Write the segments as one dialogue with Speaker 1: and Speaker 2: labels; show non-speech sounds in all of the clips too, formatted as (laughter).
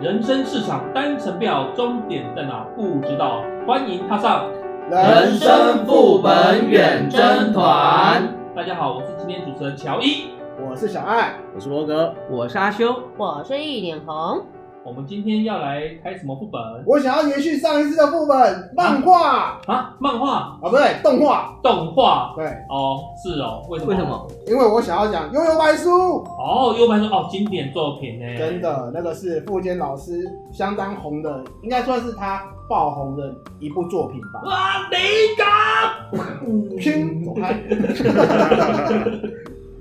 Speaker 1: 人生市场单程票终点在哪？不知道，欢迎踏上。
Speaker 2: 人生副本远征团，
Speaker 1: 大家好，我是今天主持人乔伊。
Speaker 2: 我是小爱，
Speaker 3: 我是罗格，
Speaker 4: 我是阿修，
Speaker 5: 我是一脸红，
Speaker 1: 我们今天要来开什么副本
Speaker 2: 我想要延续上一次的副本漫画啊，
Speaker 1: 啊？漫画、
Speaker 2: 不对，动画。
Speaker 1: 动画？
Speaker 2: 对，
Speaker 1: 哦，是哦，为什么？
Speaker 4: 为什？么？
Speaker 2: 因为我想要讲《悠悠白书》，
Speaker 1: 哦，右半说哦，经典作品
Speaker 3: 哎
Speaker 1: 呢？
Speaker 2: 真。的，那个是富坚老师相当红的，应该算是他爆红的一部作品吧。
Speaker 1: 哇，雷嘎！嗯
Speaker 3: 嗯
Speaker 2: 拼走开。 (laughs)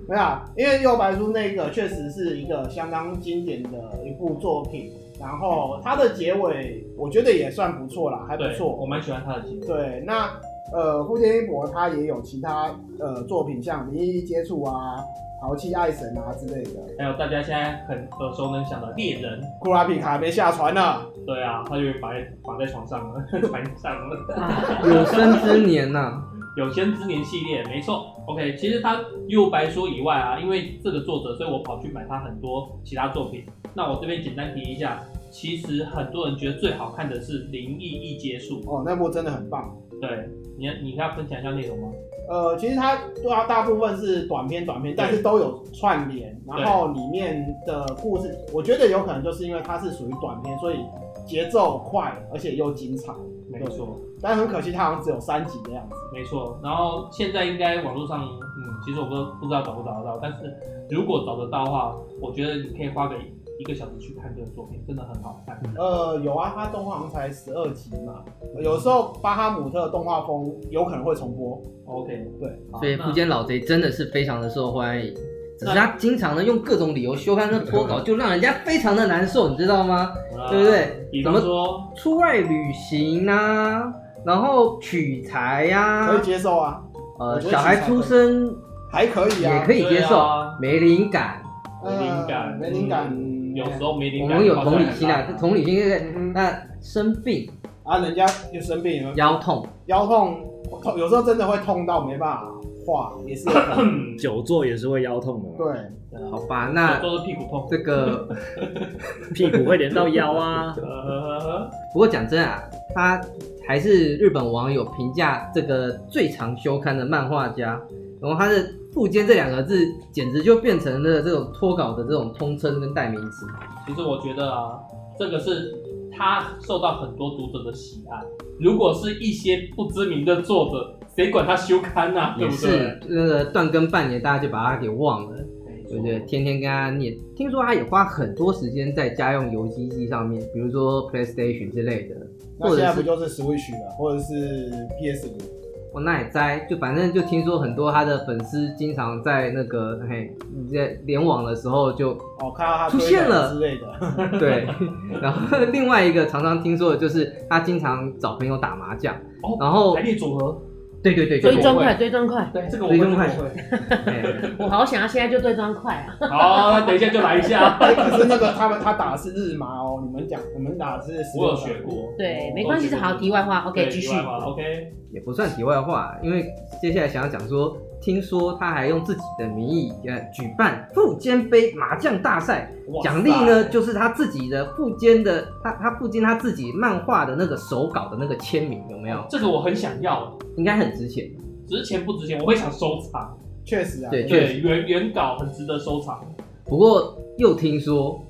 Speaker 2: 没有啊，因为《右白书》那个确实是一个相当经典的一部作品，然后它的结尾我觉得也算不错啦，还不
Speaker 1: 对，
Speaker 2: 错。
Speaker 1: 我蛮喜欢他的节目。
Speaker 2: 对，那呃，富坚一博他也有其他呃作品，像《灵异接触》啊、《淘气爱神》啊之类的。
Speaker 1: 还有大家现在很耳熟能详的猎人，
Speaker 2: 库拉皮卡被下船了，
Speaker 1: 对啊，他就被绑在绑在床上了， (laughs) 船上了。
Speaker 4: 有生之年呐、
Speaker 1: 有生之年系列，没错。OK，其实他又白说以外啊，因为这个作者，所以我跑去买他很多其他作品。那我这边简单提一下，其实很多人觉得最好看的是《灵异一结束》。
Speaker 2: 哦，那部真的很棒。
Speaker 1: 对，你要你要分享一下内容吗？
Speaker 2: 呃，其实它对啊，大部分是短片，短片，但是都有串联。然后里面的故事，我觉得有可能就是因为它是属于短片，所以节奏快，而且又精彩。
Speaker 1: 没错，
Speaker 2: 但很可惜，它好像只有三集的样子。
Speaker 1: 没错。然后现在应该网络上，嗯，其实我不不知道找不找得到，但是如果找得到的话，我觉得你可以花个一个小时去看这个作品，真的很好看。
Speaker 4: 嗯
Speaker 2: 呃，有啊，它动画好像才十二集嘛。有时候巴哈姆特动画风有可能会重播。
Speaker 1: OK，
Speaker 2: 对，
Speaker 1: 好
Speaker 4: 所以
Speaker 1: 那
Speaker 4: 富坚老贼真的是非常的受欢迎，只是他经常呢用各种理由休刊跟脱稿，就让人家非常的难受，你知道吗？
Speaker 1: 呃
Speaker 4: 对不对
Speaker 1: 比
Speaker 4: 怎
Speaker 1: 方
Speaker 4: 么
Speaker 1: 说，
Speaker 4: 出外旅行啊，然后取材呀、
Speaker 2: 可以接受啊，我
Speaker 4: 呃，
Speaker 2: 觉得
Speaker 4: 小孩
Speaker 2: 取材
Speaker 4: 出生
Speaker 2: 还可以啊，
Speaker 4: 也可以接
Speaker 1: 对
Speaker 4: 受，
Speaker 1: 啊
Speaker 4: 没灵感。
Speaker 2: 呃
Speaker 1: 没灵感
Speaker 2: 没灵感。
Speaker 1: 有时候没灵
Speaker 4: 我
Speaker 1: 感，
Speaker 4: 们有
Speaker 1: 靠
Speaker 4: 同理
Speaker 1: 山
Speaker 4: 心啊，
Speaker 1: 很大
Speaker 4: 同理心对不对？
Speaker 2: 嗯
Speaker 4: 那生病、
Speaker 2: 啊，人家就生病了，
Speaker 4: 腰痛，
Speaker 2: 腰痛，痛有时候真的会痛到没办法画，也是有可
Speaker 4: (laughs)
Speaker 2: 能。
Speaker 3: 久坐也是会腰痛的嘛，
Speaker 2: 对，
Speaker 4: 好吧，
Speaker 1: (laughs)
Speaker 4: 那
Speaker 1: 都是屁股痛。。
Speaker 4: 这个
Speaker 3: 屁股会连
Speaker 4: (laughs)
Speaker 3: 到腰啊
Speaker 1: 呃，
Speaker 4: 不过讲真啊，他还是日本网友评价这个最常休刊的漫画家，然后他的“富坚”这两个字，简直就变成了这种脱稿的这种通称跟代名词。
Speaker 1: 其实我觉得啊，这个是他受到很多读者的喜爱。如果是一些不知名的作者，谁管他休刊呐、对
Speaker 4: 也
Speaker 1: 不
Speaker 4: 是
Speaker 1: 对？
Speaker 4: 那个断更半年，大家就把他给忘了，对不对？天天跟他念，听说他也花很多时间在家用游戏机上面，比如说 PlayStation 之类的，
Speaker 2: 那
Speaker 4: 或
Speaker 2: 现
Speaker 4: 者
Speaker 2: 在不
Speaker 4: 是
Speaker 2: 就是 Switch 了，或者是 PS 五？
Speaker 4: 我哦那也栽，就反正就听说很多他的粉丝经常在那个嘿在联网的时候就
Speaker 2: 哦，看到它
Speaker 4: 出现了
Speaker 2: 之类的。
Speaker 4: 对，然后另外一个常常听说的就是他经常找朋友打麻将，
Speaker 1: 哦
Speaker 4: 然后
Speaker 1: 排列组合，
Speaker 4: 对对对，
Speaker 5: 追
Speaker 4: 对
Speaker 5: 踪快，追踪快，
Speaker 1: 对这个我
Speaker 4: 追
Speaker 1: 会，
Speaker 4: 踪
Speaker 1: 这个
Speaker 4: 快
Speaker 1: 我会。哦
Speaker 4: 哎
Speaker 5: 我好想要现在就追踪快啊！
Speaker 1: 好，那等一下就来一下。
Speaker 2: 哎可是那个他们他打的是日麻哦，你们讲你们打的是16
Speaker 1: 我有学过。
Speaker 5: 对，没关系，这好题外话，OK，
Speaker 1: 对
Speaker 5: 继续
Speaker 1: 题。外话 OK，
Speaker 4: 也不算题外话，因为接下来想要讲说，听说他还用自己的名义呃举办富坚杯麻将大赛，
Speaker 1: 哇塞
Speaker 4: 奖励呢就是他自己的富坚的他他富坚他自己漫画的那个手稿的那个签名有没有？
Speaker 1: 这个我很想要，
Speaker 4: 应该很值钱，
Speaker 1: 值钱不值钱，我会想收藏。
Speaker 2: 确实啊，
Speaker 4: 对
Speaker 2: 就
Speaker 1: 对，
Speaker 2: 是
Speaker 4: 确
Speaker 1: 原原稿很值得收藏。
Speaker 4: 不过又听说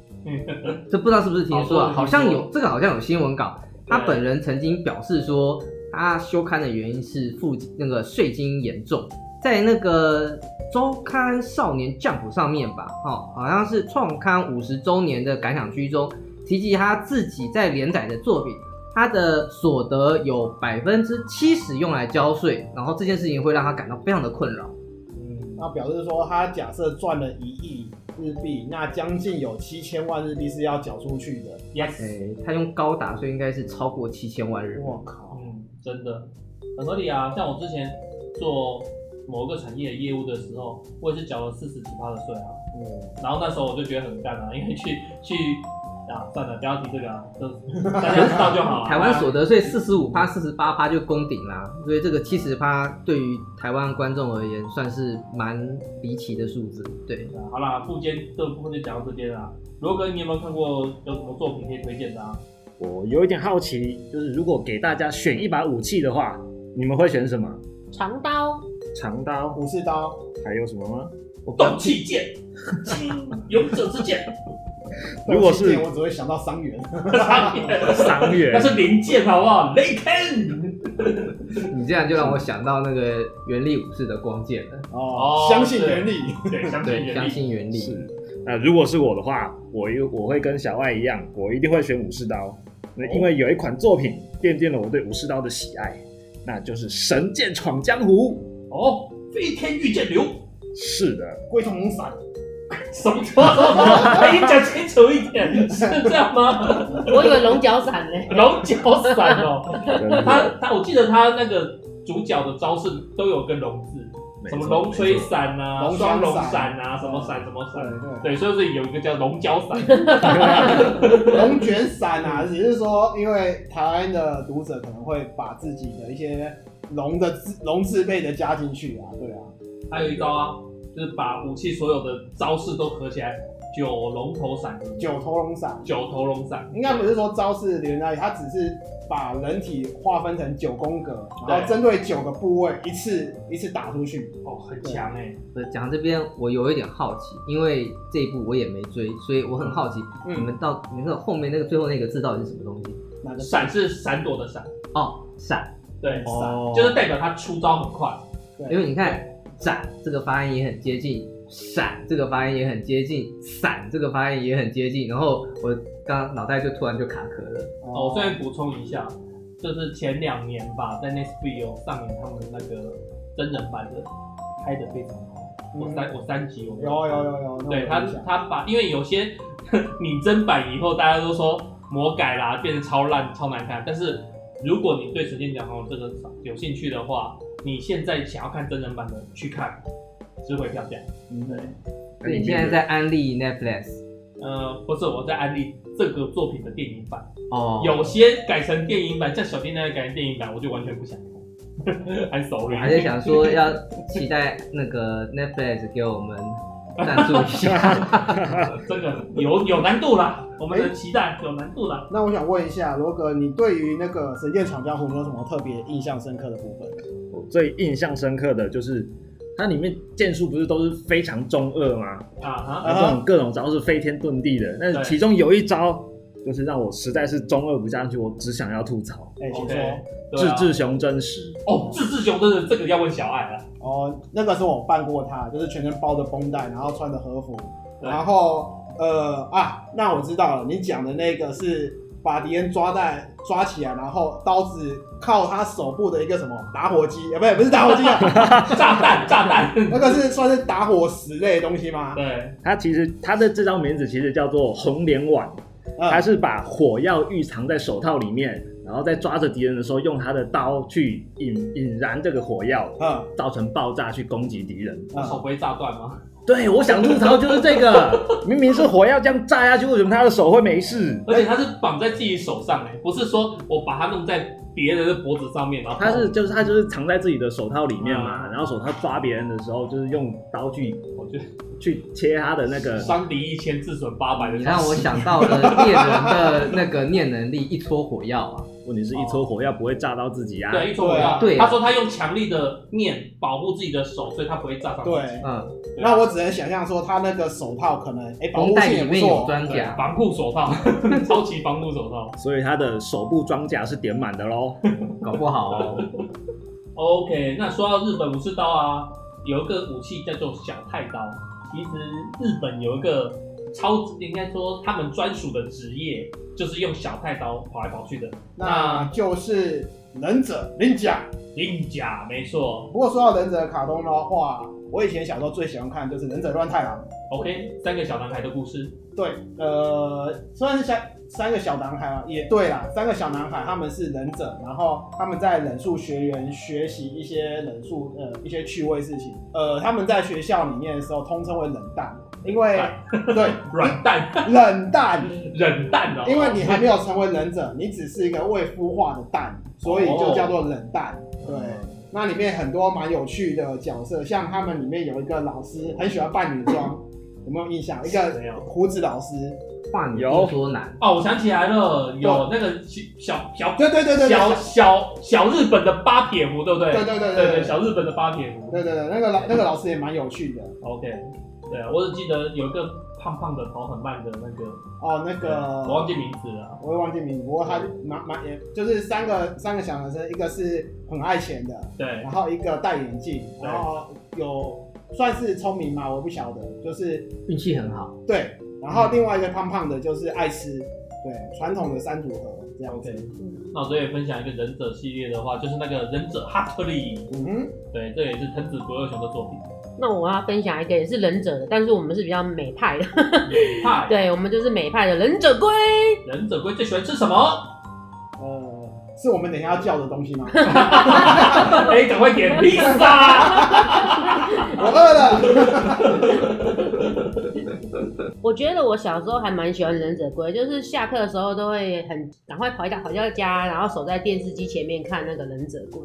Speaker 4: 这不知道是不是听说啊，
Speaker 1: 好
Speaker 4: 嗯好
Speaker 1: 像有
Speaker 4: 像
Speaker 1: 听说
Speaker 4: 有这个好像有新闻稿，他
Speaker 1: 对
Speaker 4: 本人曾经表示说，他休刊的原因是负那个税金严重，在那个周刊少年 Jump 上面吧，哦，好像是创刊五十周年的感想居中提及他自己在连载的作品。他的所得有百分之七十用来交税，然后这件事情会让他感到非常的困扰。
Speaker 1: 嗯，
Speaker 2: 那表示说他假设赚了一亿日币，那将近有七千万日币是要缴出去的。
Speaker 4: 哎、
Speaker 1: yes，
Speaker 4: 他用高达，所以应该是超过七千万日币。
Speaker 2: 我靠，
Speaker 1: 嗯，真的很合理啊。像我之前做某个产业业务的时候，我也是缴了四十几趴的税啊。
Speaker 2: 嗯，
Speaker 1: (laughs) 然后那时候我就觉得很干啊，因为去去啊，算了，不要提这个啊，都大家知道就好啊。
Speaker 4: 台湾所得税四十五趴、四十八趴就攻顶啦，所以这个七十趴对于台湾观众而言算是蛮离奇的数字。对，
Speaker 1: 啊 (laughs) 好啦，附件这部分就讲到这边啦。罗哥，你有没有看过有什么作品可以推荐的啊？
Speaker 3: 我有一点好奇，就是如果给大家选一把武器的话，你们会选什么？
Speaker 5: 长刀，
Speaker 3: 长刀，
Speaker 2: 武士刀，
Speaker 3: 还有什么吗？
Speaker 1: 动气剑、 (laughs) 勇者之剑、
Speaker 3: 如果是
Speaker 2: 这一点我只会想到伤员，
Speaker 1: 苍野
Speaker 3: 伤
Speaker 1: (laughs) 那
Speaker 3: 员，
Speaker 1: 是零件好不好？They can。
Speaker 4: 你这样就让我想到那个原力武士的光剑了。
Speaker 1: 哦
Speaker 2: (laughs) 相信原理，
Speaker 1: (laughs) 对，相信
Speaker 4: 对，
Speaker 1: 原
Speaker 4: 相
Speaker 1: 力。
Speaker 4: 信原力。
Speaker 3: 是。那如果是我的话，我又我会跟小爱一样，我一定会选武士刀，那因为有一款作品奠定了我对武士刀的喜爱，那就是《神剑闯江湖
Speaker 1: 哦，飞天御剑流，》。
Speaker 3: 是
Speaker 2: (laughs)
Speaker 3: 的，
Speaker 2: 龟头龙伞，
Speaker 1: 什么 (laughs) 什么？哎你讲清楚一点，是这样吗？ (laughs)
Speaker 5: 我以为龙角散呢。
Speaker 1: 龙角散
Speaker 3: (laughs)
Speaker 1: 哦，
Speaker 3: 真的
Speaker 1: 他他，我记得他那个主角的招式都有个龙字，
Speaker 3: 没
Speaker 1: 什么
Speaker 3: 错
Speaker 1: 龙吹
Speaker 3: 没错
Speaker 1: 伞啊、
Speaker 2: 龙
Speaker 1: 双
Speaker 2: 枪
Speaker 1: 龙
Speaker 2: 伞
Speaker 1: 伞啊，什么伞什么
Speaker 2: 对
Speaker 1: 伞。
Speaker 2: 对，
Speaker 1: 对，所以这里有一个叫龙角伞，
Speaker 2: 龙卷伞啊，只是说，因为台湾的读者可能会把自己的一些龙的字龙字辈的加进去啊，对啊，
Speaker 1: 还有一招啊，就是把武器所有的招式都合起来，九龙头伞，
Speaker 2: 九头龙伞
Speaker 1: 九头龙伞，
Speaker 2: 应该不是说招式连在一起，它只是把人体划分成九宫格，
Speaker 1: 对
Speaker 2: 然后针对九个部位一次一次打出去。
Speaker 1: 哦，很强哎、
Speaker 4: 呃讲这边我有一点好奇，因为这一部我也没追，所以我很好奇、
Speaker 2: 嗯
Speaker 4: 你们到你们那个后面那个最后那个字到底是什么东西？
Speaker 2: 哪个
Speaker 1: 闪是闪躲的闪，
Speaker 4: 哦，闪，
Speaker 1: 对，
Speaker 2: 哦
Speaker 1: 就是代表他出招很快，
Speaker 4: 因为你看“斩”这个发音也很接近，“闪”这个发音也很接近，“伞”这个发音也很接近，然后我刚脑袋就突然就卡壳了。
Speaker 1: 哦，我顺便补充一下，就是前两年吧，在 Netflix 有上演他们那个真人版的，拍的非常好。我三我三集我
Speaker 2: 嗯有有有有，那我
Speaker 1: 对他
Speaker 2: 有印象
Speaker 1: 他把，因为有些 (laughs) 拟真版以后大家都说魔改啦，变成超烂超难看。但是如果你对《神剑讲哦这个有兴趣的话，你现在想要看真人版的去看，值回票价。
Speaker 2: 对
Speaker 3: 那
Speaker 4: 你
Speaker 3: 里面
Speaker 4: 现在
Speaker 3: 有
Speaker 4: 在安利 Netflix
Speaker 1: 呃，不是我在安利这个作品的电影版。
Speaker 4: 哦，
Speaker 1: 有些改成电影版，像小叮当改成电影版，我就完全不想看， (laughs) 很熟
Speaker 4: 我
Speaker 1: 人。
Speaker 4: 还在想说
Speaker 1: (laughs)
Speaker 4: 要期待那个 Netflix 给我们赞助一下。
Speaker 1: 这个有有难度啦，我们的期待有难度啦。
Speaker 2: 那我想问一下，罗格，你对于那个《神剑闯江湖》你有什么特别印象深刻的部分？
Speaker 3: 我最印象深刻的就是它里面剑术不是都是非常中二吗？
Speaker 1: 啊哈，
Speaker 3: 啊，这种各种招是飞天遁地的，但是其中有一招就是让我实在是中二不下去，我只想要吐槽。
Speaker 2: 哎、请
Speaker 1: OK
Speaker 2: 说。
Speaker 1: 对
Speaker 3: 志
Speaker 1: 啊
Speaker 3: 志雄真实，
Speaker 1: 哦，志志雄真的这个要问小爱了。
Speaker 2: 哦，那个时候我扮过他，就是全身包着绷带，然后穿着和服，
Speaker 1: 对
Speaker 2: 然后呃啊，那我知道了，你讲的那个是把敌人抓在抓起来，然后刀子靠他手部的一个什么打火机，啊，不是不是打火机啊，
Speaker 1: 炸弹，炸弹，
Speaker 2: 那个是算是打火石类的东西吗？
Speaker 1: 对，
Speaker 3: 他其实他的这张名字其实叫做红莲碗，他
Speaker 1: 啊
Speaker 2: 嗯，
Speaker 3: 是把火药预藏在手套里面，然后在抓着敌人的时候用他的刀去引引燃这个火药，
Speaker 1: 啊
Speaker 2: 嗯
Speaker 3: 造成爆炸去攻击敌人。
Speaker 1: 他手不会炸断吗？
Speaker 3: 对，我想吐槽就是这个，明明是火药这样炸下去，为什么他的手会没事？
Speaker 1: 而且他是绑在自己手上哎，不是说我把它弄在别人的脖子上面，然后
Speaker 3: 他是就是他就是藏在自己的手套里面
Speaker 1: 哦
Speaker 3: 嘛，
Speaker 1: 嗯
Speaker 3: 然后手套抓别人的时候，就是用刀去
Speaker 1: 我觉
Speaker 3: 去切他的那
Speaker 1: 得
Speaker 3: 个。
Speaker 1: 伤敌一千自损八百的。
Speaker 4: 你让我想到了猎人的那个念能力一撮火药啊，
Speaker 3: 问题是一撮火药不会炸到自己啊。
Speaker 1: 对，一种回答
Speaker 4: 对啊对啊
Speaker 1: 他说他用强力的念保护自己的手，所以他不会炸伤自己。
Speaker 2: 对。
Speaker 4: 嗯，
Speaker 2: 那我只能想象说，他那个手套可能，哎、保
Speaker 4: 绷
Speaker 2: 护
Speaker 4: 带
Speaker 2: 性也
Speaker 4: 里
Speaker 2: 不
Speaker 4: 面有
Speaker 2: 错，
Speaker 4: 装
Speaker 1: 对
Speaker 4: 甲，
Speaker 1: 防护手套， (laughs) 超级防护手套。
Speaker 3: 所以他的手部装甲是点满的
Speaker 1: (laughs)
Speaker 3: 喽。
Speaker 4: 搞不好哦。
Speaker 1: OK，那说到日本武士刀啊，有一个武器叫做小太刀。其实日本有一个超，应该说他们专属的职业，就是用小太刀跑来跑去的。
Speaker 2: 那就是忍者 n i
Speaker 1: 令甲，没错。
Speaker 2: 不过说到忍者的卡通的话，我以前小时候最喜欢看的就是《忍者乱太郎》。
Speaker 1: OK，三个小男孩的故事。
Speaker 2: 对，呃，虽然是三三个小男孩啊，也对啦，三个小男孩他们是忍者，然后他们在忍术学员学习一些忍术，呃，一些趣味事情。呃，他们在学校里面的时候通称为冷淡，因为对
Speaker 1: 软蛋， (laughs)
Speaker 2: 冷淡，
Speaker 1: 忍蛋哦。
Speaker 2: 因为你还没有成为忍者，你只是一个未孵化的蛋，所以就叫做冷淡。对，那里面很多蛮有趣的角色，像他们里面有一个老师很喜欢扮女装，有没有印象？一个
Speaker 1: 没有
Speaker 2: 胡子老师，
Speaker 4: 话你
Speaker 3: 有
Speaker 4: 不说难，
Speaker 1: 哦，我想起来了，有那个小小
Speaker 2: 对对对对对，
Speaker 1: 小小小日本的八撇胡，对不对？
Speaker 2: 对对对
Speaker 1: 对
Speaker 2: 对
Speaker 1: 小日本的八撇胡。
Speaker 2: 对对对，那个老那个老师也蛮有趣的
Speaker 1: OK，对啊，我只记得有一个胖胖的跑很慢的那个，
Speaker 2: 哦。那
Speaker 1: 我忘
Speaker 2: 个
Speaker 1: 记名字了。
Speaker 2: 我也忘记名字，不过他蛮蛮也就是三个三个小男生，一个是很爱钱的，
Speaker 1: 对
Speaker 2: 然后一个戴眼镜，然后有算是聪明嘛，我不晓得，就是
Speaker 4: 运气很好。
Speaker 2: 对，然
Speaker 1: 嗯
Speaker 2: 后另外一个胖胖的，就是爱吃，对，传统的三组合这样
Speaker 1: ，OK
Speaker 2: 子。。
Speaker 5: 嗯
Speaker 1: 那我这边分享一个忍者系列的话，就是那个忍者哈特利，
Speaker 2: 嗯哼，
Speaker 1: 对，这也是藤子不二雄的作
Speaker 2: (laughs)
Speaker 1: 品。
Speaker 5: 那我要分享一个也是忍者的，但是我们是比较美派的，
Speaker 1: 派
Speaker 5: 对我们就是美派的忍者龟。
Speaker 1: 忍者龟最喜欢吃什
Speaker 2: (laughs)
Speaker 1: 么？
Speaker 2: 呃，是我们等一下要叫的东西
Speaker 1: (laughs)
Speaker 2: 吗？
Speaker 1: 哎、赶快点披萨。
Speaker 2: 我饿了。
Speaker 5: 我觉得我小时候还蛮喜欢忍者龟，就是下课的时候都会很赶快跑一跑跑到家，然后守在电视机前面看那个忍者龟。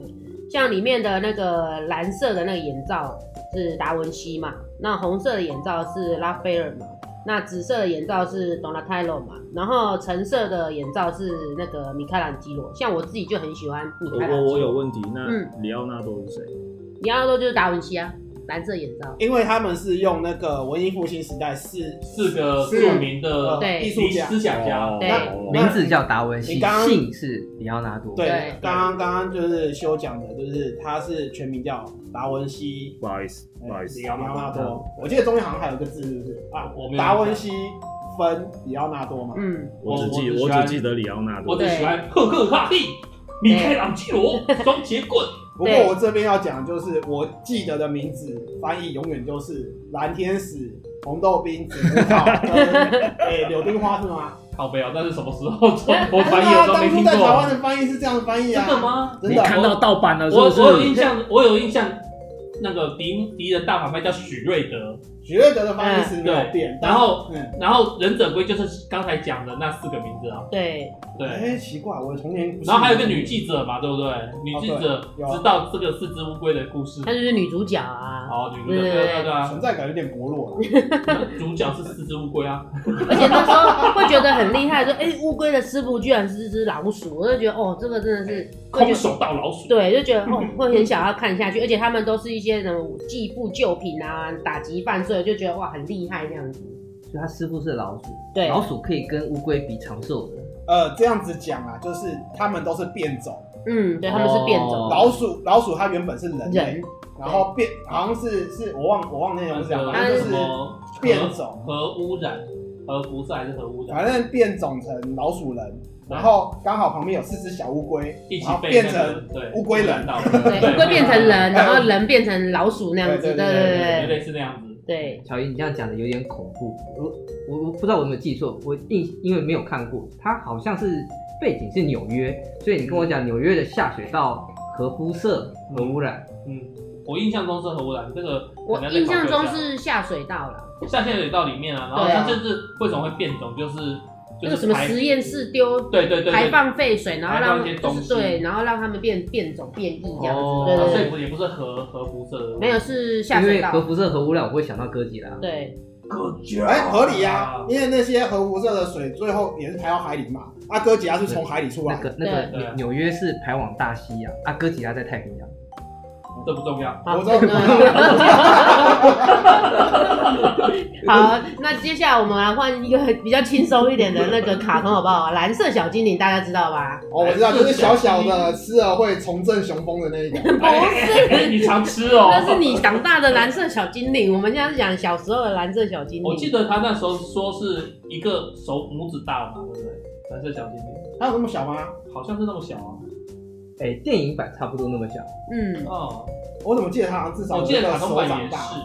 Speaker 5: 像里面的那个蓝色的那个眼罩是达文西嘛，那红色的眼罩是拉斐尔嘛，那紫色的眼罩是 Donatello 嘛，然后橙色的眼罩是那个米开朗基罗。像我自己就很喜欢米
Speaker 3: 我
Speaker 5: 开朗
Speaker 3: 我
Speaker 5: 基
Speaker 3: 我
Speaker 5: 罗，
Speaker 3: 有问题，那
Speaker 5: 嗯
Speaker 3: 里奥纳多是谁？
Speaker 5: 你要说就是达文西啊，蓝色眼罩。
Speaker 2: 因为他们是用那个文艺复兴时代是
Speaker 1: 四个
Speaker 2: 是
Speaker 1: 著名的
Speaker 5: 对
Speaker 2: 艺术家
Speaker 1: 思想家。啊
Speaker 5: 对
Speaker 3: 哦
Speaker 4: 名字叫达文
Speaker 2: 你
Speaker 4: 西
Speaker 2: 刚，刚
Speaker 4: 姓是里奥纳多。
Speaker 2: 对
Speaker 5: 对，
Speaker 2: 刚刚刚刚就是修讲的，就是他是全名叫达文西哎
Speaker 3: 不好意思，
Speaker 1: 哎
Speaker 3: 不好意思
Speaker 2: 里，奥纳多。我记得中间好像还有一个字，是不是啊？
Speaker 1: 我没有印象
Speaker 2: 达文西分里奥纳多嘛。
Speaker 5: 嗯，
Speaker 3: 我只记
Speaker 1: 我
Speaker 3: 我
Speaker 1: 我只喜欢
Speaker 3: 只记得里奥纳
Speaker 1: 我
Speaker 3: 多。
Speaker 1: 只喜欢赫克大帝、米开朗基罗、双截棍。
Speaker 2: 不过我这边要讲，就是我记得的名字翻译永远就是蓝天使、红豆冰、紫葡萄跟诶柳丁花是吗？
Speaker 1: 靠背啊！但是什么时
Speaker 2: (laughs)
Speaker 1: 候中国翻译
Speaker 2: 啊
Speaker 1: 我都没
Speaker 2: 当初
Speaker 1: 听
Speaker 2: 在台湾
Speaker 1: 过。
Speaker 2: 的翻译是这样翻译啊
Speaker 1: 真？的哦吗？
Speaker 2: 真
Speaker 3: 你
Speaker 2: 的
Speaker 3: 看到盗版了是
Speaker 1: 我
Speaker 3: 不是？
Speaker 1: 我有印象，我有印象，那个敌敌人大反派叫许瑞德，
Speaker 2: 许瑞德的翻译是没有变
Speaker 1: 嗯。然后
Speaker 2: 嗯，
Speaker 1: 然后忍者龟就是刚才讲的那四个名字啊。
Speaker 5: 对，
Speaker 1: 对，
Speaker 2: 哎，奇怪，我的童年不是。
Speaker 1: 然后还有一个女记者嘛，对不对？女记者
Speaker 2: 对有啊
Speaker 1: 知道这个四只乌龟的故事
Speaker 5: 她。就是女主角啊。
Speaker 1: 哦，女主角
Speaker 5: 对
Speaker 1: 对
Speaker 5: 对
Speaker 1: 啊对啊
Speaker 2: 存在感有点薄弱了。
Speaker 1: 对啊，主角是四只乌龟
Speaker 5: (laughs)
Speaker 1: 啊。
Speaker 5: 而且那时候会觉得很厉害，说哎，乌龟的师傅居然是只老鼠，我就觉得哦，这个真的是会
Speaker 1: 空
Speaker 5: 觉得
Speaker 1: 手道老鼠。
Speaker 5: 对，就觉
Speaker 1: (laughs)
Speaker 5: 得哦，会很想要看下去，而且他们都是一些什么继父救贫啊，打击犯罪，就觉得哇，很厉害这样子。
Speaker 4: 所以他师傅是老鼠，
Speaker 5: 对
Speaker 4: 老鼠可以跟乌龟比长寿的，
Speaker 2: 呃，这样子讲啊，就是他们都是变种，
Speaker 5: 嗯，对，他们是变
Speaker 4: 哦
Speaker 5: 种
Speaker 2: 老鼠老鼠它原本是人类
Speaker 5: 人，，
Speaker 2: 然后变好像是是我忘我忘了内容
Speaker 1: 啊那
Speaker 2: 是这样，
Speaker 1: 个
Speaker 2: 反
Speaker 1: 嗯
Speaker 2: 正
Speaker 1: 什
Speaker 2: 就是
Speaker 1: 么
Speaker 2: 变种，
Speaker 1: 核污染、核辐射还是核污染？
Speaker 2: 反正变种成老鼠人，然后刚好旁边有四只小污龟
Speaker 1: 一，起
Speaker 2: 然后
Speaker 1: 被
Speaker 2: 变
Speaker 1: 那
Speaker 2: 成
Speaker 1: 个对
Speaker 2: 乌龟
Speaker 5: (laughs)
Speaker 2: 人
Speaker 1: 到了，
Speaker 5: 对，乌龟变成人，然后人变成老鼠那样子，
Speaker 2: 对
Speaker 5: 对
Speaker 2: 对
Speaker 5: 对
Speaker 2: 对
Speaker 1: 对，
Speaker 5: 对
Speaker 1: 类似那样子。
Speaker 5: 对
Speaker 4: 小姨，你这样讲的有点恐怖，我我我不知道我有没有记错，我印因为没有看过，它好像是背景是纽约，所以你跟我讲纽约的下水道核辐射、核污染，
Speaker 1: 嗯，我印象中是核污染，这个
Speaker 5: 我
Speaker 1: 可能要再
Speaker 5: 印象
Speaker 1: 考
Speaker 5: 中
Speaker 1: 究一下
Speaker 5: 是下水道了，
Speaker 1: 下陷水道里面啊，然后
Speaker 5: 对啊
Speaker 1: 它就是为什么会变种，就是就
Speaker 5: 那
Speaker 1: 是
Speaker 5: 个什么
Speaker 1: 排
Speaker 5: 实验室丢
Speaker 1: 对对对对
Speaker 5: 排放废水，然后
Speaker 1: 排放
Speaker 5: 让
Speaker 1: 一些
Speaker 5: 就
Speaker 1: 东西
Speaker 5: 是对，然后让他们变变种变异这样子，
Speaker 4: 哦
Speaker 5: 对对对
Speaker 1: 所以不也不是核核辐射的，
Speaker 5: 没有是下
Speaker 4: 因
Speaker 5: 水
Speaker 4: 为
Speaker 5: 道
Speaker 4: 核，辐射、核污染，我会想到哥吉拉。
Speaker 5: 对 (laughs)
Speaker 2: 哎、合理呀、啊，因为那些核辐射的水最后也是排到海里嘛，阿哥吉拉是从海里出
Speaker 4: 那
Speaker 2: 来的，
Speaker 4: 个那
Speaker 1: 对
Speaker 4: 个
Speaker 1: 对
Speaker 4: 纽纽约是排往大西洋，啊，哥吉拉在太平洋。
Speaker 1: 这不重要。
Speaker 5: 好
Speaker 2: 我知道我知道
Speaker 5: 啊好，那接下来我们来换一个比较轻松一点的那个卡通好不好？蓝色小精灵大家知道吧？
Speaker 2: (laughs) 哦，我知道，就是小小
Speaker 5: (laughs)
Speaker 2: 的吃了会重振雄风的那一个，
Speaker 5: 不
Speaker 1: 哎
Speaker 5: 是，
Speaker 1: 你常吃哦。
Speaker 5: 哦那是你长大的蓝色小精灵。我们现在是讲小时候的蓝色小精
Speaker 1: 我记
Speaker 5: 灵。
Speaker 1: 得他那时候说是一个手拇指大嘛，对不对？蓝色小精灵
Speaker 2: 它有那么小吗？
Speaker 1: 好像是那么小啊，
Speaker 4: 哎、电影版差不多那么小，
Speaker 5: 嗯，
Speaker 1: 哦，
Speaker 2: 我怎么记得它好像至少
Speaker 1: 我
Speaker 2: 有
Speaker 1: 记得
Speaker 2: 那
Speaker 1: 卡
Speaker 2: 个
Speaker 1: 通
Speaker 2: 手
Speaker 1: 版
Speaker 2: 掌
Speaker 1: 也
Speaker 2: 大，
Speaker 1: 是，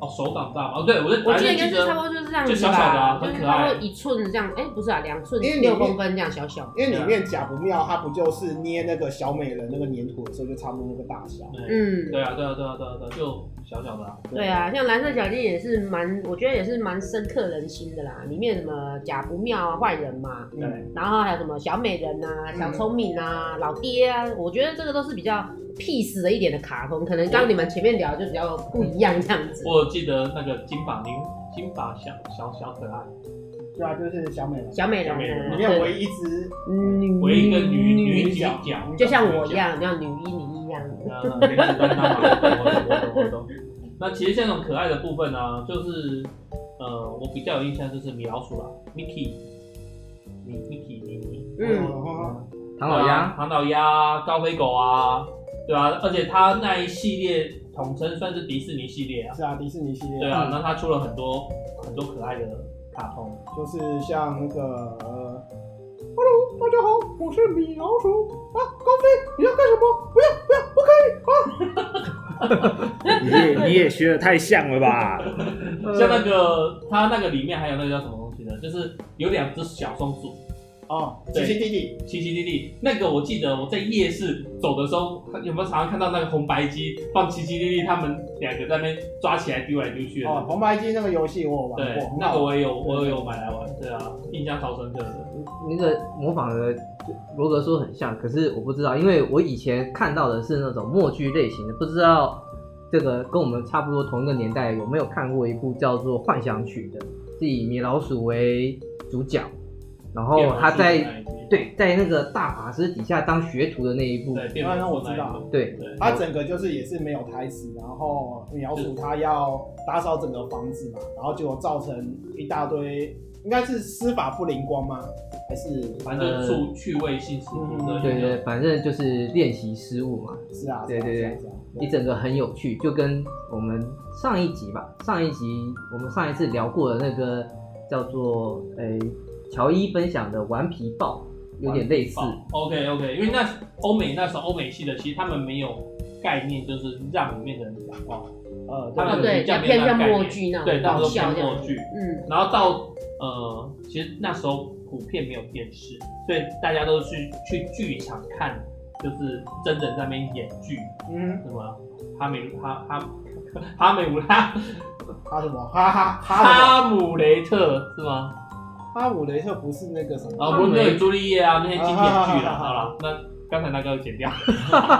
Speaker 1: 哦，手掌大嘛，哦，对我就
Speaker 5: 我记得应该
Speaker 1: 反正
Speaker 5: 是差不多就是这样
Speaker 1: 就
Speaker 5: 子
Speaker 1: 小小的啊
Speaker 5: 吧，就是
Speaker 1: 很可
Speaker 5: 差
Speaker 1: 爱
Speaker 5: 不多一寸这样，哎，不是啊，两寸
Speaker 2: 因为里
Speaker 5: 六
Speaker 2: 面
Speaker 5: 公分这样小小的，
Speaker 2: 因为
Speaker 1: 啊
Speaker 2: 里面假不妙，它不就是捏那个小美人那个粘土的时候就差不多那个大小。
Speaker 1: 嗯，
Speaker 5: 嗯，
Speaker 1: 对啊，对啊，对啊，对啊，对啊，就小小的啊，
Speaker 5: 对，啊，像蓝色小径也是蛮，我觉得也是蛮深刻人心的啦。里面什么假不妙啊、坏人嘛，
Speaker 1: 对，
Speaker 5: 然后还有什么小美人啊、
Speaker 2: 嗯
Speaker 5: 小聪明啊、老爹啊，我觉得这个都是比较 peace 的一点的卡通，可能刚刚你们前面聊就比较不一样这样子。
Speaker 1: 我记得那个金发นิ้，金发小小小可爱，
Speaker 2: 对啊，就是小美人，
Speaker 5: 小美人
Speaker 1: 小美人
Speaker 5: 啊，
Speaker 2: 里
Speaker 5: 对嗯
Speaker 2: 面唯一一只
Speaker 5: 女
Speaker 1: 唯一一个女女
Speaker 2: 女
Speaker 1: 主
Speaker 2: 角
Speaker 1: 角，
Speaker 5: 就像我一样，像女一女一这样。
Speaker 1: 嗯，林子丹当然懂我懂我懂我懂。那其实像那种可爱的部分呢、就是呃，我比较有印象就是米老鼠啦，Mickey，米 Mickey 米妮，
Speaker 5: 嗯，
Speaker 2: 嗯，
Speaker 4: 唐老鸭
Speaker 5: 哦
Speaker 1: 啊、唐老鸭、高飞狗啊，对啊，而且它那一系列统称算是迪士尼系列啊，
Speaker 2: 是啊，迪士尼系列，
Speaker 1: 对啊
Speaker 4: 嗯，
Speaker 1: 那它出了很多很多可爱的卡通，
Speaker 2: 就是像那个呃，Hello，大家好，我是米老鼠啊，高飞，你要干什么？不要不要，不可
Speaker 3: 你也你也学的太像了
Speaker 1: (laughs)
Speaker 3: 吧？
Speaker 4: 嗯
Speaker 1: 像那个它那个里面还有那个叫什么东西呢？就是有两只小松鼠，
Speaker 2: 以！哦，
Speaker 1: 对
Speaker 2: 星星弟弟，
Speaker 1: 奇奇弟弟，那个我记得我在夜市走的时候，有没有常常看到那个红白机放奇奇弟弟他们两个在那边抓起来丢来丢去的？
Speaker 2: 哦，红白机那个游戏我有玩
Speaker 1: 对
Speaker 2: 过，，很
Speaker 1: 那
Speaker 2: 好
Speaker 1: 个
Speaker 2: 玩
Speaker 1: 我也有，我也有买来玩，对啊，印象超深刻的。
Speaker 4: 那个模仿的罗格说很像，可是我不知道，因为我以前看到的是那种默剧类型的，不知道这个跟我们差不多同一个年代有没有看过一部叫做《幻想曲》的，是以米老鼠为主角，然后哦他在对在那个大法师底下当学徒的那一部，
Speaker 1: 对，变魔
Speaker 2: 啊那我
Speaker 1: 术
Speaker 2: 知
Speaker 1: 那一
Speaker 2: 道
Speaker 1: 部，
Speaker 4: 对
Speaker 1: 对，
Speaker 2: 它整个就是也是没有台词，然后描述他要打扫整个房子嘛，然后结果造成一大堆，应该是司法不灵光吗？还是
Speaker 1: 反正就趣趣味性十足的一
Speaker 2: 嗯
Speaker 4: 呃对
Speaker 1: 个
Speaker 4: 对，反正就是练习失误嘛，
Speaker 2: 是啊？
Speaker 4: 对
Speaker 2: 是啊
Speaker 4: 对对，
Speaker 2: 是啊
Speaker 4: 一整个很有趣，就跟我们上一集吧，上一集我们上一次聊过的那个叫做诶乔伊分享的《顽皮豹》有点类似，
Speaker 1: OK OK，因为那欧美那时候欧美系的，其实他们没有概念，就是让里面的人讲话，
Speaker 2: 呃，
Speaker 1: 他
Speaker 2: 对
Speaker 1: 们
Speaker 5: 哦对
Speaker 1: 比较
Speaker 5: 要
Speaker 1: 没有那个概
Speaker 5: 偏向默
Speaker 1: 念
Speaker 5: 剧那种
Speaker 1: 对，他们都
Speaker 5: 搞笑
Speaker 1: 偏
Speaker 5: 这样
Speaker 1: 默
Speaker 5: 子
Speaker 1: 剧。
Speaker 5: 嗯，
Speaker 1: 然后到呃，其实那时候普遍没有电视，所以大家都去去剧场看，就是真人在那边演剧，
Speaker 2: 嗯，
Speaker 1: 什么哈梅哈哈哈梅姆拉
Speaker 2: 他什么？哈哈哈
Speaker 1: 哈姆雷特是吗？
Speaker 2: 什么？哈姆雷特不是那个什么？
Speaker 1: 啊，
Speaker 4: 姆
Speaker 1: 不
Speaker 4: 雷
Speaker 1: 是朱丽叶啊，那些经典剧
Speaker 2: 啊
Speaker 1: 了。好
Speaker 2: 好好
Speaker 1: 了，那刚才那个剪 (laughs) 掉，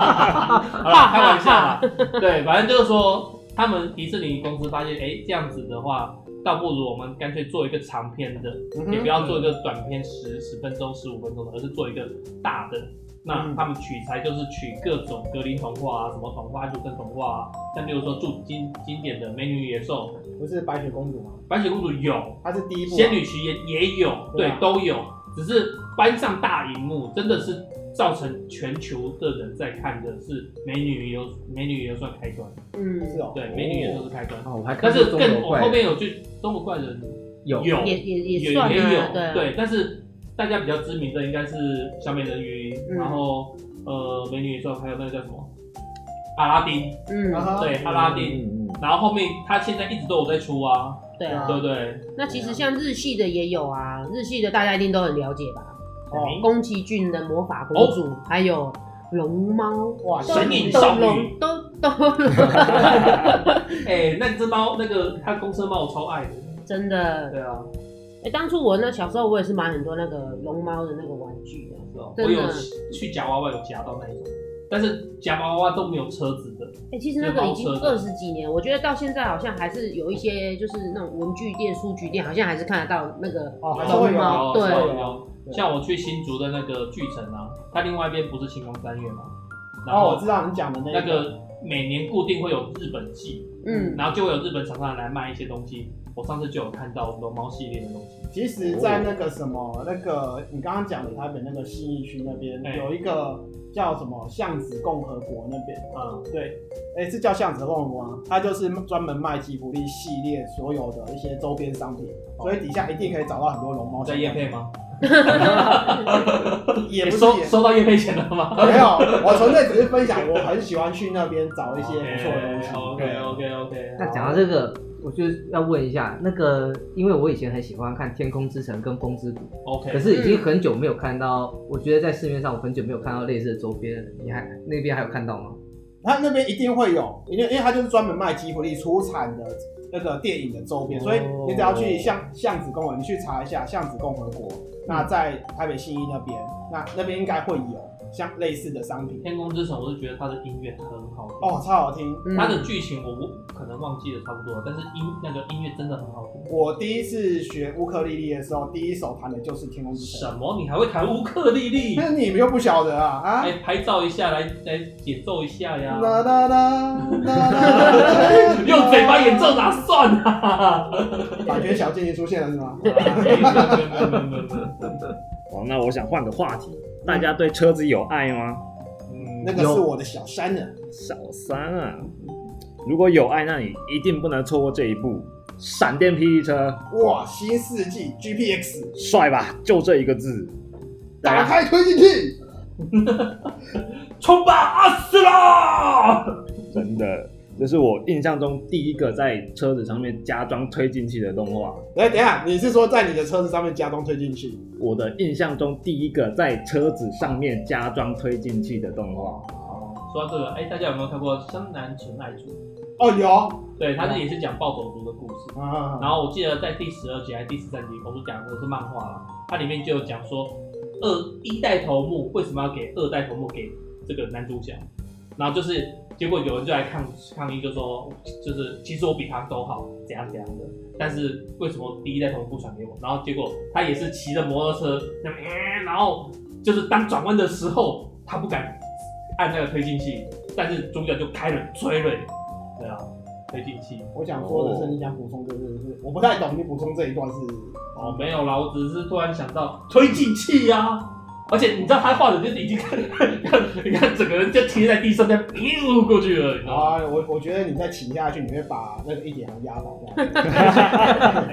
Speaker 1: 好了，开玩笑啦。对，反正就是说，他们迪士尼公司发现，哎、这样子的话，倒不如我们干脆做一个长篇的，
Speaker 2: 嗯
Speaker 1: 也不
Speaker 2: 哼
Speaker 1: 要做一个短片十十分钟、十五分钟的，而是做一个大的。那
Speaker 2: 嗯
Speaker 1: 他们取材就是取各种格林童话啊，什么童话、阿森童话啊，像比如说著经经典的《美女与野兽》《
Speaker 2: 不是白雪公主吗？
Speaker 1: 白雪公主》有，
Speaker 2: 她是第一部啊
Speaker 1: 仙女奇缘也有，
Speaker 2: 对
Speaker 1: 对
Speaker 2: 啊，
Speaker 1: 都有，只是搬上大荧幕，真的是造成全球的人在看的是美女游美女游算开端，
Speaker 2: 是
Speaker 5: 嗯，
Speaker 2: 哦，
Speaker 1: 对，美女游算是开端，
Speaker 4: 啊，我还看
Speaker 1: 但
Speaker 4: 过
Speaker 1: 是
Speaker 4: 中
Speaker 1: 更我
Speaker 4: 国怪
Speaker 1: 后
Speaker 4: 人
Speaker 1: 面有句中国怪人
Speaker 4: 有
Speaker 1: 有
Speaker 5: 也也
Speaker 1: 也
Speaker 5: 也算
Speaker 1: 也有
Speaker 5: 啊，啊，
Speaker 1: 但是大家比较知名的应该是小美人鱼，
Speaker 5: 嗯
Speaker 1: 然后呃美女野兽，还有那个叫什么阿拉丁，
Speaker 2: 啊
Speaker 5: 嗯，
Speaker 2: 哈
Speaker 1: 对，阿拉丁。
Speaker 3: 嗯嗯
Speaker 1: 然后后面他现在一直都有在出啊，
Speaker 5: 对啊。
Speaker 1: 对不对？
Speaker 5: 那其实像日系的也有啊，日系的大家一定都很了解吧？
Speaker 2: 哦，
Speaker 5: 宫崎骏的《魔法公主》
Speaker 1: 哦
Speaker 5: 还有龙猫。
Speaker 2: 哇，
Speaker 5: 都
Speaker 1: 神隐少女
Speaker 5: 都都都
Speaker 1: (laughs) 哎，那只猫，那个它公车猫我超爱的，
Speaker 5: (laughs) 真的，
Speaker 1: 对啊，
Speaker 5: 哎、当初我那小时候我也是买很多那个龙猫的那个玩具的，
Speaker 1: 是哦我
Speaker 5: 真
Speaker 1: 有
Speaker 5: 的
Speaker 1: 去夹娃娃有夹到那一种，但是夹娃娃都没有车子的，
Speaker 5: 哎、其实那个已经
Speaker 1: 就包车
Speaker 5: 二十几年，我觉得到现在好像还是有一些就是那种文具店、书局店，好像还是看得到那个
Speaker 2: 哦还是会
Speaker 5: 龙
Speaker 2: 有
Speaker 5: 猫。
Speaker 1: 有
Speaker 5: 对，
Speaker 1: 有有
Speaker 2: 对
Speaker 1: 像我去新竹的那个巨城啊，它另外一边不是星光三月吗？然
Speaker 2: 哦，
Speaker 1: 后
Speaker 2: 我知道你讲的
Speaker 1: 那
Speaker 2: 那个，
Speaker 1: 个每年固定会有日本季，
Speaker 5: 嗯，
Speaker 1: 然后就会有日本厂商来卖一些东西。我上次就有看到龙猫系列的东西，
Speaker 2: 其实，在那个什么，那个你刚刚讲的台北那个信义区那边
Speaker 1: 哎
Speaker 2: 有一个叫什么巷子共和国那边，
Speaker 1: 嗯，
Speaker 2: 对，哎，是叫巷子共和国吗？它就是专门卖吉卜力
Speaker 1: 哦
Speaker 2: 系列所有的一些周边商品，所以底下一定可以找到很多龙猫。
Speaker 1: 在夜配？吗？
Speaker 2: 也不是哎
Speaker 1: 收
Speaker 2: 也
Speaker 1: 收到月费钱了吗？
Speaker 2: 没有，我纯粹只是分享，我很喜欢去那边找一些不错的东西。
Speaker 1: 哎 OK
Speaker 2: 对
Speaker 1: OK OK。
Speaker 4: 那讲到这个，我就要问一下，那个因为我以前很喜欢看《天空之城》跟《风之谷》，可
Speaker 1: OK，
Speaker 4: 是已经很久没有看到，我觉得在市面上我很久没有看到类似的周边了，你还那边还有看到吗？
Speaker 2: 他那边一定会有，因为因为他就是专门卖吉卜力出产的那个电影的周边，
Speaker 4: 哦
Speaker 2: 所以你只要去巷巷子共和，你去查一下巷子共和国，那在台北信义那边，那那边应该会有像类似的商品。
Speaker 1: 天空之城，我是觉得它的音乐很好听。
Speaker 2: 哦，超好听！
Speaker 5: 嗯
Speaker 1: 它的剧情我我可能忘记了差不多，但是音那个音乐真的很好听。
Speaker 2: 我第一次学乌克丽丽的时候，第一首弹的就是《天空之城
Speaker 1: 什》，么？你还会弹乌克丽丽？
Speaker 2: 那你们又不晓得啊啊！
Speaker 1: 来拍照一下，来来演奏一下呀。
Speaker 2: 啦啦啦啦啦！
Speaker 1: (laughs) 用嘴巴演奏哪算啊？
Speaker 2: 版权小精灵出现了是吗？
Speaker 3: 哦，那我想换个话题，大家对车子有爱吗？
Speaker 2: 那
Speaker 1: 嗯，
Speaker 2: 个是我的小山呢。
Speaker 3: 小三啊，如果有爱，那你一定不能错过这一部《闪电霹雳车
Speaker 2: 哇，新世纪 GPX，》，
Speaker 3: 帅吧？就这一个字。
Speaker 2: 打开推进器。
Speaker 1: 冲吧，阿斯拉！
Speaker 3: 真的，这是我印象中第一个在车子上面加装推进器的动画。
Speaker 2: 哎，等一下，你是说在你的车子上面加装推进器？
Speaker 3: 我的印象中第一个在车子上面加装推进器的动画。
Speaker 1: 说到这个，哎，大家有没有看过《湘南纯爱组》？
Speaker 2: 哦，有
Speaker 1: 对，它是也是讲暴走族的故事。
Speaker 2: 啊
Speaker 1: 然后我记得在第十二集还是第十三集，我们讲的是漫画啦，它里面就有讲说，二一代头目为什么要给二代头目给这个男主角，然后就是结果有人就来抗抗议，就说就是其实我比他都好，怎样怎样的，但是为什么第一代头目不传给我？然后结果他也是骑着摩托车，那么呃然后就是当转弯的时候，他不敢按那个推进器，但是主角就开了追了，对啊，推进器。
Speaker 2: 我想说的是，你想补充这个是不是？我不太懂你补充这一段是。
Speaker 1: 哦，没有啦，我只是突然想到推进器呀、而且你知道他画的就是已经看， (laughs) 你看整个人就贴在地上，这样溜过去了，你知道吗？
Speaker 2: 啊，我我觉得你再请下去，你会把那个一点行压倒掉。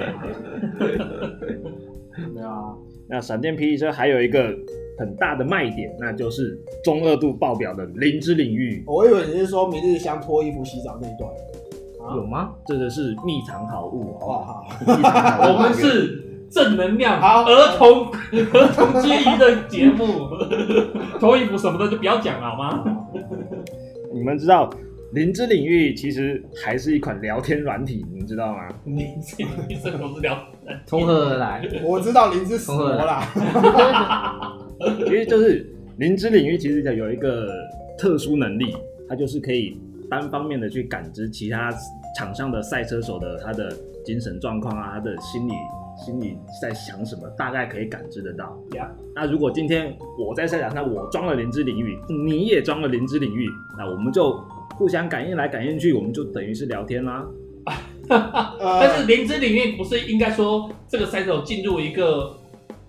Speaker 1: 对啊，
Speaker 3: 那闪电霹雳车还有一个很大的卖点，那就是中二度爆表的灵之领域，
Speaker 2: (laughs) 我以为你是说明日香脱衣服洗澡那一段。
Speaker 1: 啊
Speaker 4: 有吗？
Speaker 3: 这个是秘藏好物，好不
Speaker 2: 哇，
Speaker 3: 好？
Speaker 2: 好，
Speaker 3: 秘藏好物
Speaker 1: (laughs) 我们是正能量
Speaker 2: 好
Speaker 1: 儿童 (laughs) 儿童皆宜的节目， (laughs) 脱衣服什么的就不要讲了好吗？
Speaker 3: 你们知道灵之领域其实还是一款聊天软体，你们知道吗？
Speaker 1: 你自己一生都是聊，
Speaker 4: 从何而来？
Speaker 2: 我知道灵之死魔 (laughs) 啦。
Speaker 3: 其实就是灵之领域其实有一个特殊能力，它就是可以单方面的去感知其他场上的赛车手的他的精神状况啊，他的心理心理在想什么，大概可以感知得到。
Speaker 1: Yeah
Speaker 3: 那如果今天我在赛场上我装了灵之领域，你也装了灵之领域，那我们就互相感应来感应去，我们就等于是聊天啦。
Speaker 1: (laughs) 但
Speaker 2: 呃，
Speaker 1: 是灵芝里面不是应该说这个赛手进入一个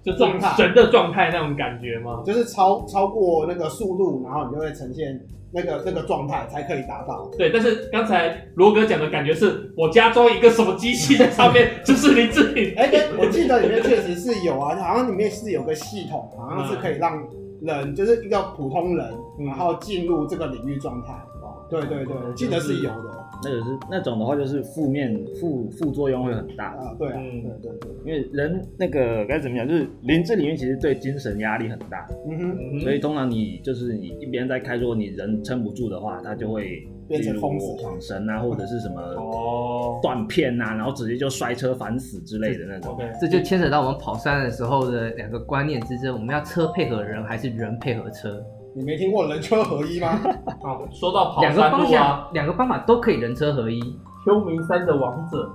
Speaker 1: 就这种
Speaker 2: 状态
Speaker 1: 神的状态那种感觉吗？
Speaker 2: 就是超超过那个速度，然后你就会呈现那个那个状态，才可以达到。
Speaker 1: 对，但是刚才罗哥讲的感觉是我加装一个什么机器在上面，就是林志颖。
Speaker 2: 哎、对，我记得里面确实是有啊，好像里面是有个系统，好
Speaker 1: 嗯
Speaker 2: 像是可以让人就是一个普通人，然后进入这个领域状态。哦对对对，我记得是有的
Speaker 3: 那个是那种的话，就是负面副副作用会很大。
Speaker 2: 啊、对啊，
Speaker 1: 嗯
Speaker 2: 对对对，
Speaker 3: 因为人那个该怎么讲，就是灵智领域其实对精神压力很大，
Speaker 2: 嗯哼，
Speaker 1: 嗯
Speaker 3: 所以通常你就是你一边在开，如果你人撑不住的话，它就会
Speaker 2: 变成疯子
Speaker 3: 例如晃神啊，或者是什么
Speaker 1: 哦
Speaker 3: 断片啊，然后直接就摔车烦死之类的那种。
Speaker 1: ，OK，
Speaker 4: 这就牵扯到我们跑山的时候的两个观念之争：我们要车配合人，还是人配合车？
Speaker 2: 你没听过人车合一吗？
Speaker 1: 好，说到跑
Speaker 4: 两个
Speaker 1: 山
Speaker 4: 方
Speaker 1: 路啊，
Speaker 4: 向，两个方法都可以人车合一。
Speaker 1: 秋名山的王者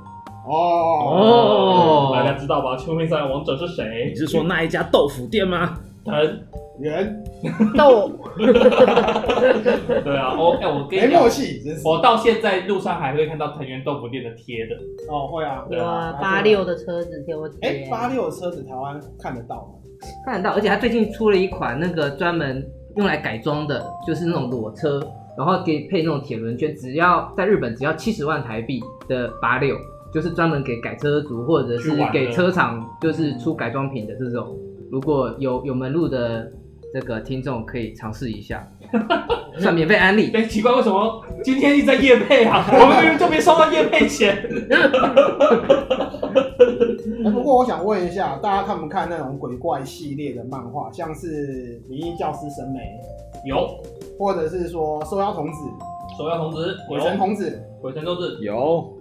Speaker 2: 哦，
Speaker 4: 哦
Speaker 1: 大家知道吧？秋名山的王者是谁
Speaker 3: 你？是说那一家豆腐店吗？
Speaker 1: 藤，
Speaker 2: 人
Speaker 5: 豆
Speaker 1: 对啊，哦，哎，我跟
Speaker 2: 没
Speaker 1: 你讲
Speaker 2: 默，契，真是
Speaker 1: 我到现在路上还会看到藤原豆腐店的贴的，
Speaker 2: 哦，会啊。
Speaker 1: 对
Speaker 5: 哇
Speaker 1: 啊，
Speaker 5: 八六的车子给我
Speaker 2: 哎
Speaker 5: 贴，，
Speaker 2: 八六的车子台湾看得到吗？
Speaker 4: 看得到，而且他最近出了一款那个专门用来改装的，就是那种裸车，然后给配那种铁轮圈，只要在日本只要七十万台币的八六，就是专门给改车族或者是
Speaker 1: 去玩的
Speaker 4: 给车厂就是出改装品的这种。如果有有门路的这个听众可以尝试
Speaker 1: (laughs)
Speaker 4: 一下，算免费安利。
Speaker 1: 哎，奇怪，为什么今天一直在夜配啊？我们明明就没收到夜配钱。
Speaker 2: 哎不过我想问一下，大家看不看那种鬼怪系列的漫画，像是《灵异教师神眉
Speaker 1: 有》，
Speaker 2: 或者是说《收妖童子》
Speaker 1: 首要通知，
Speaker 2: 《
Speaker 1: 有
Speaker 2: 鬼神童子
Speaker 1: 鬼神都是
Speaker 3: 有，》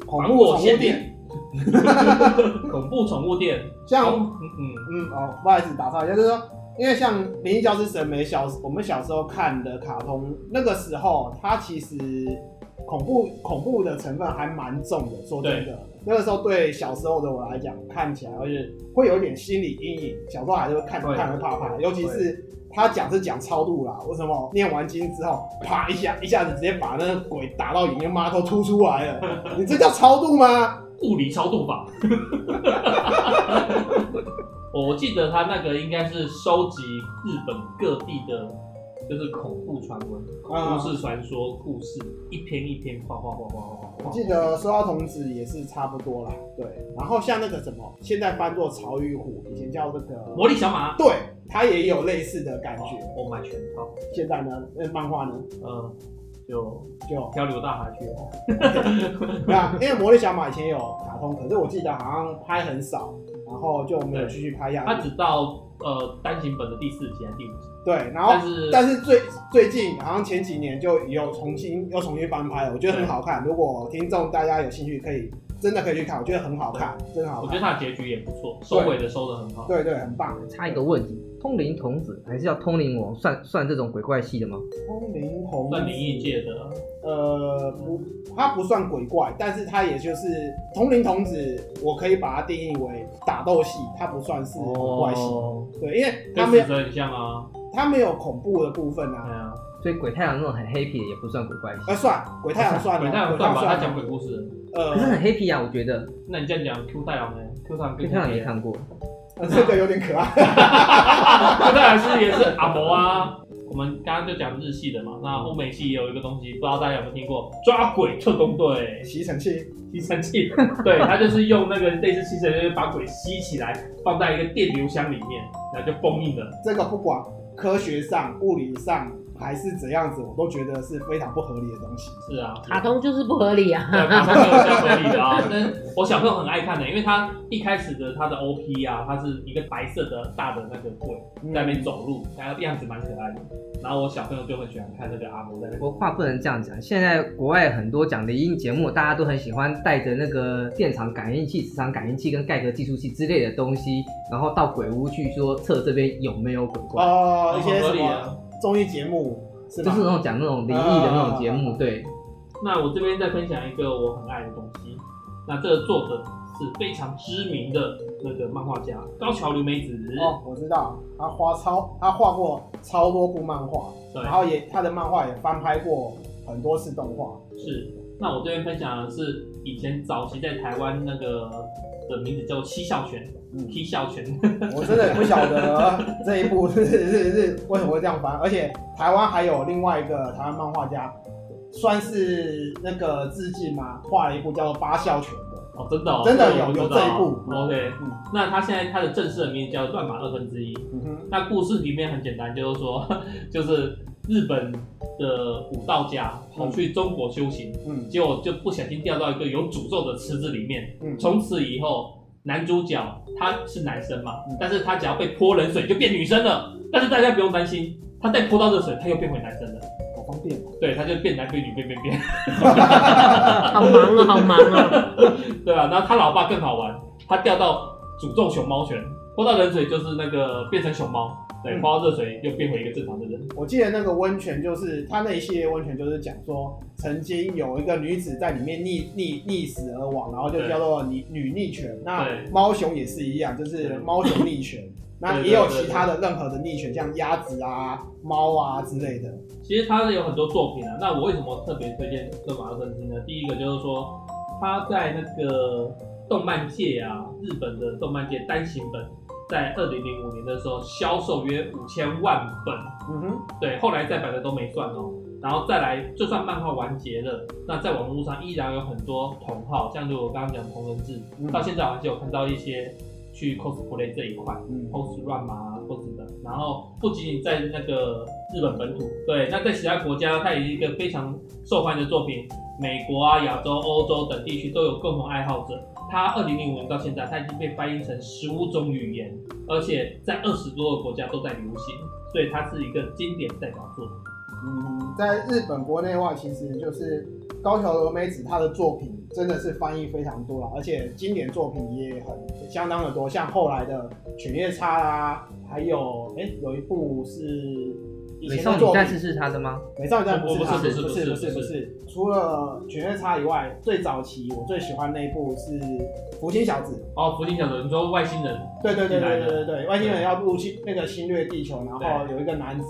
Speaker 2: 《恐
Speaker 1: 防
Speaker 2: 怖
Speaker 1: 火
Speaker 2: 宠物
Speaker 1: 限
Speaker 2: 店
Speaker 1: 定， (laughs) 恐怖宠物店，》，
Speaker 2: 像
Speaker 1: 嗯嗯，
Speaker 2: 嗯哦，不好意思打岔一下，就是说，因为像《灵异教师神眉》小我们小时候看的卡通，那个时候它其实恐怖恐怖的成分还蛮重的，说真的，那个时候对小时候的我来讲，看起来而且会有一点心理阴影，小时候还是会看
Speaker 1: 会
Speaker 2: 看会怕怕，尤其是。他讲是讲超度啦，为什么念完经之后，啪一下一下子直接把那个鬼打到眼睛妈都凸出
Speaker 1: (laughs)
Speaker 2: 来了？你这叫超度吗？
Speaker 1: 物理超度法。 (laughs) 我记得他那个应该是收集日本各地的，就是恐怖传闻、都
Speaker 2: 啊
Speaker 1: 市传说故事，一篇一篇画画画画画画。
Speaker 2: 我记得收到童子也是差不多啦，对。然后像那个什么，现在翻作潮与虎，以前叫这
Speaker 1: 魔
Speaker 2: 个，
Speaker 1: 力哦小马，
Speaker 2: 对，它也有类似的感觉。
Speaker 1: 我买全套，
Speaker 2: 现在呢，那漫画呢，
Speaker 1: 嗯，就
Speaker 2: 就
Speaker 1: 漂流大海去了。
Speaker 2: (laughs) 对啊，因为魔力小马以前有卡通，可是我记得好像拍很少，然后就没有继续拍
Speaker 1: 他
Speaker 2: 下去。
Speaker 1: 只到呃单行本的第四集还是第五集，
Speaker 2: 对，然后
Speaker 1: 但是
Speaker 2: 但是最最近好像前几年就有重新又重新翻拍了，我觉得很好看。如果听众大家有兴趣，可以真的可以去看，我觉得很好看，真的好
Speaker 1: 我觉得他
Speaker 2: 看。
Speaker 1: 的结局也不错，收尾的收的很好。
Speaker 2: 对对，很棒。
Speaker 4: 插一个问题，通灵童子还是叫通灵王，算算这种鬼怪系的吗？
Speaker 2: 通灵童子
Speaker 1: 算灵异界的，
Speaker 2: 呃，不，它不算鬼怪，但是它也就是同龄童子，我可以把它定义为打斗系，它不算是鬼怪系，
Speaker 1: 哦
Speaker 2: 对，因为它
Speaker 1: 跟
Speaker 2: 哦没
Speaker 1: 死
Speaker 2: 有
Speaker 1: 神很像啊。
Speaker 2: 它没有恐怖的部分
Speaker 1: 对
Speaker 2: 啊，
Speaker 1: 啊，
Speaker 4: 所以鬼太郎那种很 happy 的也不算鬼怪系，
Speaker 2: 呃，算鬼太阳算啊了，
Speaker 1: 鬼太郎算啊吧，他讲鬼故事。
Speaker 4: 可是很
Speaker 2: 呃，
Speaker 4: happy 啊，我觉得
Speaker 1: 那你这样讲 Q 太郎呢？Q 太郎
Speaker 4: 鬼
Speaker 1: 跟
Speaker 4: 太郎没
Speaker 1: 谁啊
Speaker 4: 看过，
Speaker 2: (laughs) 这个有点可爱，
Speaker 1: (laughs) 那当然是也是阿摩啊。我们刚刚就讲日系的嘛，
Speaker 2: 嗯
Speaker 1: 那欧美系也有一个东西，不知道大家有没有听过《抓鬼特工队
Speaker 2: 吸尘器，》
Speaker 1: 吸尘器？
Speaker 2: (laughs)
Speaker 1: 对，它就是用那个类似吸尘器就是把鬼吸起来，放在一个电流箱里面，然后就封印了。
Speaker 2: 这个不管科学上、物理上还是怎样子，我都觉得是非常不合理的东西。
Speaker 1: 是啊，
Speaker 5: 卡通就是不合理
Speaker 1: (laughs)
Speaker 5: 啊。
Speaker 1: 对，马上就有下合理的啊。但是我小朋友很爱看的、因为他一开始的他的 OP 啊，他是一个白色的大的那个鬼
Speaker 2: 嗯
Speaker 1: 在那边走路，然后样子蛮可爱的。然后我小朋友就很喜欢看那个阿摩在那边
Speaker 4: 我话不能这样讲。现在国外很多讲的音节目，大家都很喜欢带着那个电场感应器、磁场感应器跟盖格计数器之类的东西，然后到鬼屋去说测这边有没有鬼怪，
Speaker 2: 哦、一
Speaker 1: 很
Speaker 2: 些
Speaker 1: 合
Speaker 2: 什
Speaker 1: 理啊
Speaker 2: 么。综艺节目是
Speaker 4: 就
Speaker 2: 吧
Speaker 4: 是？那种讲那种灵异的那种节目。
Speaker 2: 啊
Speaker 4: 对，
Speaker 1: 那我这边再分享一个我很爱的东西，那这个作者是非常知名的那个漫画家高桥留美子。
Speaker 2: 哦，我知道，他画超，他画过超多部漫画，
Speaker 1: 对
Speaker 2: 然后也他的漫画也翻拍过很多次动画。
Speaker 1: 是，那我这边分享的是以前早期在台湾那个的名字叫做七笑犬，
Speaker 2: 嗯
Speaker 1: (laughs) 七笑犬。
Speaker 2: 我真的也不晓得 (laughs) 这一部是是是为什么会这样翻，而且台湾还有另外一个台湾漫画家，算是那个致敬嘛，画了一部叫做《八笑拳》的。
Speaker 1: 哦，真的、哦，
Speaker 2: 真的
Speaker 1: 这个我
Speaker 2: 有
Speaker 1: 不
Speaker 2: 有
Speaker 1: 知道
Speaker 2: 这一部
Speaker 1: OK，、
Speaker 2: 嗯
Speaker 1: 那他现在他的正式的名字叫《乱马二分之一》。
Speaker 2: 嗯哼，
Speaker 1: 那故事里面很简单，就是说， (laughs) 就是日本的武道家跑去中国修行，
Speaker 2: 嗯
Speaker 1: 结果就不小心掉到一个有诅咒的池子里面。
Speaker 2: 嗯，
Speaker 1: 从此以后，男主角他是男生嘛
Speaker 2: 嗯，
Speaker 1: 但是他只要被泼冷水就变女生了。但是大家不用担心，他再泼到热水，他又变回男生了。
Speaker 2: 好方便哦。
Speaker 1: 对，他就变男变女变变变。
Speaker 5: 好忙啊，好
Speaker 2: (laughs)
Speaker 5: 忙啊！
Speaker 1: 对啊，然后他老爸更好玩，他钓到诅咒熊猫拳，泼到冷水就是那个变成熊猫，对，
Speaker 2: 嗯
Speaker 1: 泼到热水又变回一个正常的人。
Speaker 2: 我记得那个温泉就是他那一系列温泉，就是讲说曾经有一个女子在里面溺溺溺死而亡，然后就
Speaker 1: 对
Speaker 2: 叫做女女溺泉。那
Speaker 1: 对
Speaker 2: 猫熊也是一样，就是
Speaker 1: 对
Speaker 2: 猫熊溺泉。那
Speaker 1: (laughs) 对
Speaker 2: 也有
Speaker 1: 对对
Speaker 2: 其他的任何的溺泉，像鸭子啊、猫啊之类的。
Speaker 1: 其实他有很多作品啊，那我为什么特别推荐《这马克思呢？第一个就是说他在那个动漫界啊，日本的动漫界单行本。在二零零五年的时候，销售约五千万本，
Speaker 2: 嗯哼，
Speaker 1: 对，后来再版的都没算哦。然后再来，就算漫画完结了，那在网络上依然有很多同好，像就我刚刚讲的同人志，
Speaker 2: 嗯
Speaker 1: 到现在我还是有看到一些去 cosplay 这一块
Speaker 2: 嗯
Speaker 1: ，cos 乱麻然后不仅仅在那个日本本土，对，那在其他国家，它也是一个非常受欢迎的作品。美国啊、亚洲、欧洲等地区都有共同爱好者。它二零零五年到现在，它已经被翻译成十五种语言，而且在二十多个国家都在流行，所以它是一个经典代表作。
Speaker 2: 嗯，在日本国内的话，其实就是高桥留美子她的作品真的是翻译非常多了，而且经典作品也很相当的多，像后来的《犬夜叉》啦，还有哎、有一部是以
Speaker 4: 美
Speaker 2: 前
Speaker 4: 少
Speaker 2: 的
Speaker 4: 女
Speaker 2: 作
Speaker 4: 战
Speaker 2: 品
Speaker 4: 士是他的吗？
Speaker 2: 美少女战士
Speaker 1: 不
Speaker 2: 不
Speaker 1: 不
Speaker 2: 是不
Speaker 1: 是
Speaker 2: 是
Speaker 1: 不是
Speaker 2: 不是
Speaker 1: 不
Speaker 2: 不
Speaker 1: 是
Speaker 2: 是，除了《犬夜叉》以外，最早期我最喜欢那一部是《福星小子》。
Speaker 1: 哦，福星小子，你说外星人，
Speaker 2: 对对对
Speaker 1: 进来
Speaker 2: 对
Speaker 1: 的
Speaker 2: 对对对，外星人要入侵那个侵略地球，然后有一个男子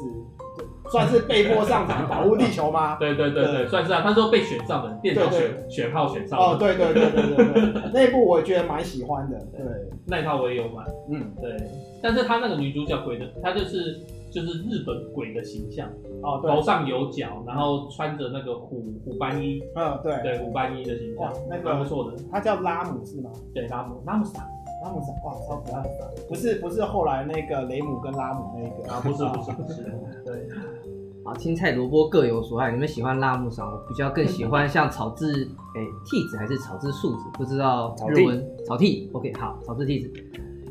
Speaker 2: 算是被迫上场保护地球吗？
Speaker 1: 对对对对，
Speaker 2: 对
Speaker 1: 算是啊。他说被选上的，电脑
Speaker 2: 对
Speaker 1: 选选号选上的，
Speaker 2: 哦，对对对对对
Speaker 1: (laughs)
Speaker 2: 对，那一部我觉得蛮喜欢的。对，
Speaker 1: 那一套我也有买。
Speaker 2: 嗯，
Speaker 1: 对，但是他那个女主角鬼的，她就是就是日本鬼的形象，
Speaker 2: 哦
Speaker 1: 头
Speaker 2: 对，
Speaker 1: 上有角，然后穿着那个虎虎斑衣，
Speaker 2: 嗯对，
Speaker 1: 对虎斑衣的形象
Speaker 2: 哇，那个
Speaker 1: 蛮不错的。
Speaker 2: 他叫拉姆是吗？
Speaker 1: 对拉姆拉姆斯塔
Speaker 2: 拉姆是哇，超可爱的，不是不是后来那个雷姆跟拉姆那
Speaker 1: (laughs)
Speaker 2: 个
Speaker 1: 啊，不是不是不是， (laughs) 对，
Speaker 3: 嗯
Speaker 4: 啊，青菜萝卜各有所爱。你们喜欢辣木勺，我比较更喜欢像草字诶屉子还是草字树子，不知道
Speaker 3: 草
Speaker 4: 日
Speaker 3: 屉
Speaker 4: 文草屉。OK，好，草字屉子。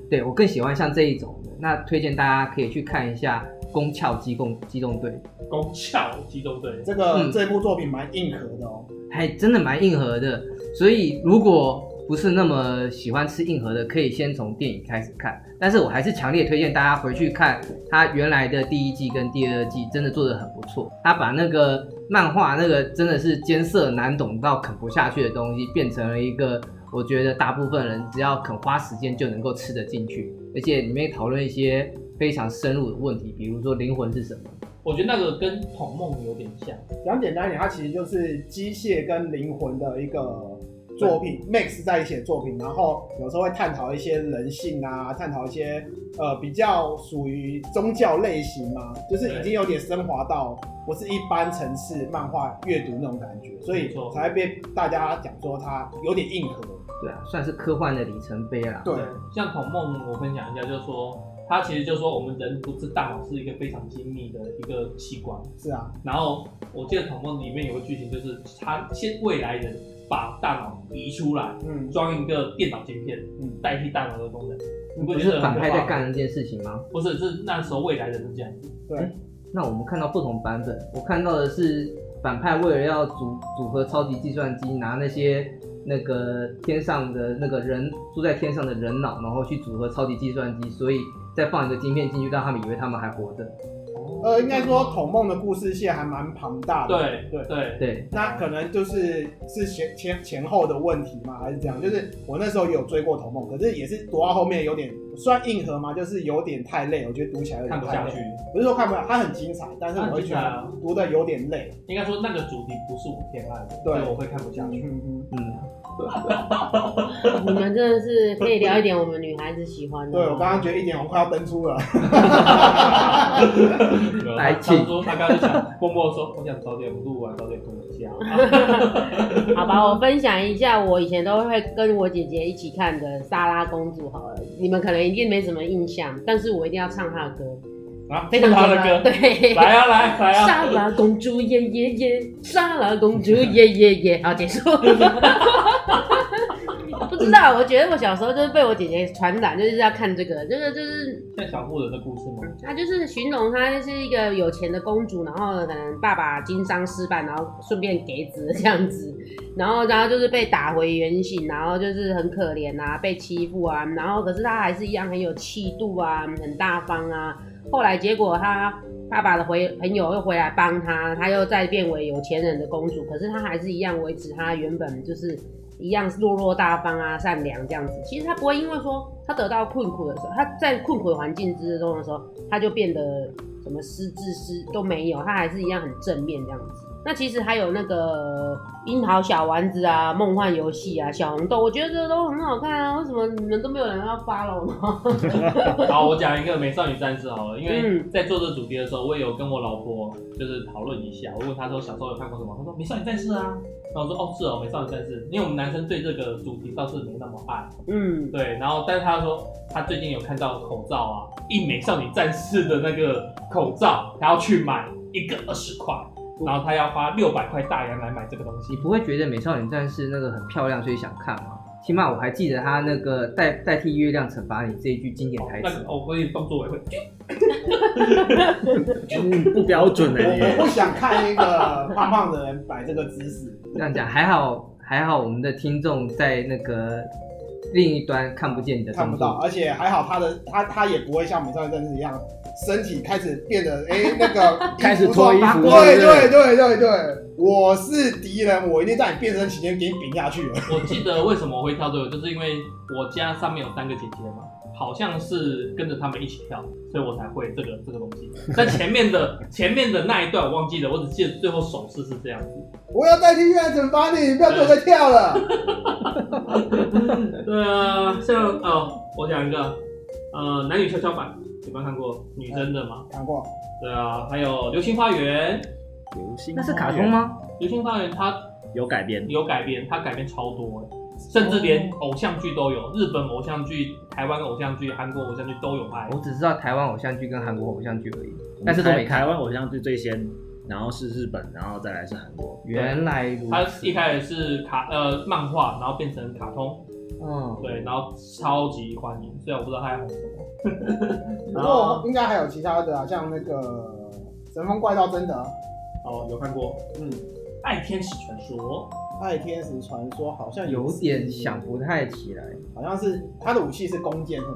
Speaker 4: 对我更喜欢像这一种的，那推荐大家可以去看一下《宫壳机动机动队
Speaker 1: 宫壳机动队，
Speaker 2: 这个
Speaker 4: 嗯
Speaker 2: 这部作品蛮硬核的哦。》，
Speaker 4: 还真的蛮硬核的。所以如果不是那么喜欢吃硬核的，可以先从电影开始看。但是我还是强烈推荐大家回去看它原来的第一季跟第二季，真的做的很不错。他把那个漫画那个真的是艰涩难懂到啃不下去的东西，变成了一个我觉得大部分人只要肯花时间就能够吃得进去，而且里面讨论一些非常深入的问题，比如说灵魂是什么。
Speaker 1: 我觉得那个跟童梦有点像，
Speaker 2: 讲简单一点，它其实就是机械跟灵魂的一个作品，mix 在一起的作品，然后有时候会探讨一些人性啊，探讨一些呃比较属于宗教类型嘛，就是已经有点升华到不是一般层次漫画阅读那种感觉，所
Speaker 1: 没
Speaker 2: 以
Speaker 1: 错
Speaker 2: 才会被大家讲说它有点硬核。
Speaker 4: 对啊，算是科幻的里程碑啦。
Speaker 2: 对，
Speaker 1: 像童梦，我分享一下，就是说。它其实就是说，我们人不知大脑是一个非常精密的一个器官，
Speaker 2: 是啊，
Speaker 1: 然后我记得《童梦》里面有个剧情，就是他先未来人把大脑移出来，
Speaker 2: 嗯，
Speaker 1: 装一个电脑晶片，
Speaker 2: 嗯
Speaker 1: 代替大脑的功能。你不
Speaker 4: 不
Speaker 1: 觉
Speaker 4: 是
Speaker 1: 得
Speaker 4: 反
Speaker 1: 很可啊
Speaker 4: 派在
Speaker 1: 怕吗？
Speaker 4: 干这件事情吗？
Speaker 1: 不是，是那时候未来人是这样子。
Speaker 4: 那我们看到不同版本，我看到的是反派为了要组组合超级计算机，拿那些那个天上的那个人住在天上的人脑，然后去组合超级计算机，所以再放一个晶片进去，让他们以为他们还活着。
Speaker 2: 呃，应该说孔梦的故事线还蛮庞大的。
Speaker 1: 对
Speaker 2: 对。
Speaker 1: 对
Speaker 4: 对，
Speaker 2: 那可能就是是前前前后的问题嘛，还是怎样？就是我那时候也有追过《头梦》，可是也是读到后面有点算硬核嘛，就是有点太累，我觉得读起来有
Speaker 1: 看不
Speaker 2: 点太
Speaker 1: 下去
Speaker 2: 累。。不是说看不了，它很精彩，但是我
Speaker 1: 它很
Speaker 2: 会
Speaker 1: 精
Speaker 2: 觉
Speaker 1: 彩啊
Speaker 2: 得读的有点累。
Speaker 1: 应该说那个主题不是我偏爱的，
Speaker 2: 对
Speaker 1: 所以我会看不下去。
Speaker 2: 嗯嗯。
Speaker 4: 嗯，
Speaker 5: 你们真的是可以聊一点我们女孩子喜欢的。哦
Speaker 2: 对，我刚刚觉得一点红快要登出了。
Speaker 1: 没有
Speaker 4: 来
Speaker 1: 他
Speaker 4: 气
Speaker 1: 他说他刚刚就想默默地说，我想早点录完，早点回
Speaker 2: (laughs)
Speaker 1: 家。
Speaker 5: 好吧，我分享一下我以前都会跟我姐姐一起看的《莎拉公主》好了，你们可能一定没什么印象，但是我一定要唱她的歌，
Speaker 1: 啊，
Speaker 5: 非常
Speaker 1: 他
Speaker 5: 简
Speaker 1: 的
Speaker 2: (laughs)
Speaker 5: 单。
Speaker 1: 歌，
Speaker 5: 对，
Speaker 1: 来啊来来啊！
Speaker 5: 莎拉公主耶耶耶，莎拉公主耶耶耶，好结束。不知道，我觉得我小时候就是被我姐姐传染，就是要看这个，这个就是
Speaker 1: 像小妇人的故事吗？
Speaker 5: 她就是寻龙，她就是一个有钱的公主，然后可能爸爸经商失败，然后顺便给子这样子，然后然后就是被打回原形，然后就是很可怜啊，被欺负啊，然后可是她还是一样很有气度啊，很大方啊。后来结果她爸爸的回朋友又回来帮她，她又再变为有钱人的公主，可是她还是一样维持她原本就是一样落落大方啊、善良这样子。其实她不会因为说她得到困苦的时候，她在困苦的环境之中的时候，她就变得什么失智失都没有，她还是一样很正面这样子。那其实还有那个樱桃小丸子啊、梦幻游戏啊、小红豆，我觉得这都很好看啊。为什么你们都没有人要 follow 呢？
Speaker 1: 好，我讲一个美少女战士好了，因为
Speaker 5: 嗯
Speaker 1: 在做这主题的时候，我也有跟我老婆就是讨论一下，我问她说小时候有看过什么，她说美少女战士啊，然后我说哦是哦美少女战士，因为我们男生对这个主题倒是没那么爱，
Speaker 5: 嗯，
Speaker 1: 对，然后但是她说她最近有看到口罩啊，印美少女战士的那个口罩，她要去买一个二十块，然后她要花六百块大洋来买这个东西
Speaker 4: 你，不会觉得《美少女战士》那个很漂亮，所以想看吗？起码我还记得他那个代代替月亮惩罚你这一句经典台
Speaker 1: 那个
Speaker 4: 词。
Speaker 1: 哦，我也动作也会，
Speaker 3: 嗯不标准哎、
Speaker 2: 我
Speaker 3: 欸，
Speaker 2: (laughs) 不想看一个胖胖的人摆这个姿势。
Speaker 4: 这样讲还好，还好我们的听众在那个另一端看不见你的
Speaker 2: 看
Speaker 4: 动
Speaker 2: 不到，
Speaker 4: 作。
Speaker 2: 而且还好他的他他也不会像美少女战士一样，身体开始变得哎、那
Speaker 3: (laughs)
Speaker 2: 个
Speaker 3: 开始脱衣服
Speaker 2: 对
Speaker 3: 对
Speaker 2: 对对对对，我是敌人，我一定在你变身期间给你顶下去了。 (laughs)
Speaker 1: 我记得为什么我会跳这个，就是因为我家上面有三个姐姐嘛，好像是跟着她们一起跳，所以我才会这个这个东 (laughs) 西。但前面的前面的那一段我忘记了，我只记得最后手势是这样子。
Speaker 2: 我要代替月亮惩罚你，不要对我再跳了。
Speaker 1: 对啊，像哦，我讲一个，呃，男女跷跷板，有没有看过女生的嘛？
Speaker 2: (laughs) 看过，
Speaker 1: 对啊，还有《流星花园》，《
Speaker 3: 流星
Speaker 4: 那是卡通吗？
Speaker 1: 流星花园》它
Speaker 3: 有改编，
Speaker 1: 有改编，它改编超多欸甚至连偶像剧都有，日本偶像剧、台湾偶像剧、韩国偶像剧都有拍。
Speaker 4: 我只知道台湾偶像剧跟韩国偶像剧而已，但是都没
Speaker 3: 台
Speaker 4: 看。
Speaker 3: 湾偶像剧最先，然后是日本，然后再来是韩国。
Speaker 4: 原来如
Speaker 1: 它
Speaker 4: 此
Speaker 1: 一。开始是卡呃漫画，然后变成卡通，
Speaker 4: 嗯，
Speaker 1: 对，然后超级欢迎。虽然我不知道它在红什么，
Speaker 2: 不
Speaker 3: 啊
Speaker 1: (laughs) 然
Speaker 2: 过
Speaker 1: 后
Speaker 2: 应该还有其他的、啊，像那个《神风怪盗贞德》，
Speaker 1: 哦有看过
Speaker 2: 嗯，
Speaker 1: 《爱天使传说
Speaker 2: 《爱天使传说》好像也是
Speaker 4: 有点想，不太起来。
Speaker 2: 好像是他的武器是弓箭是吗？》，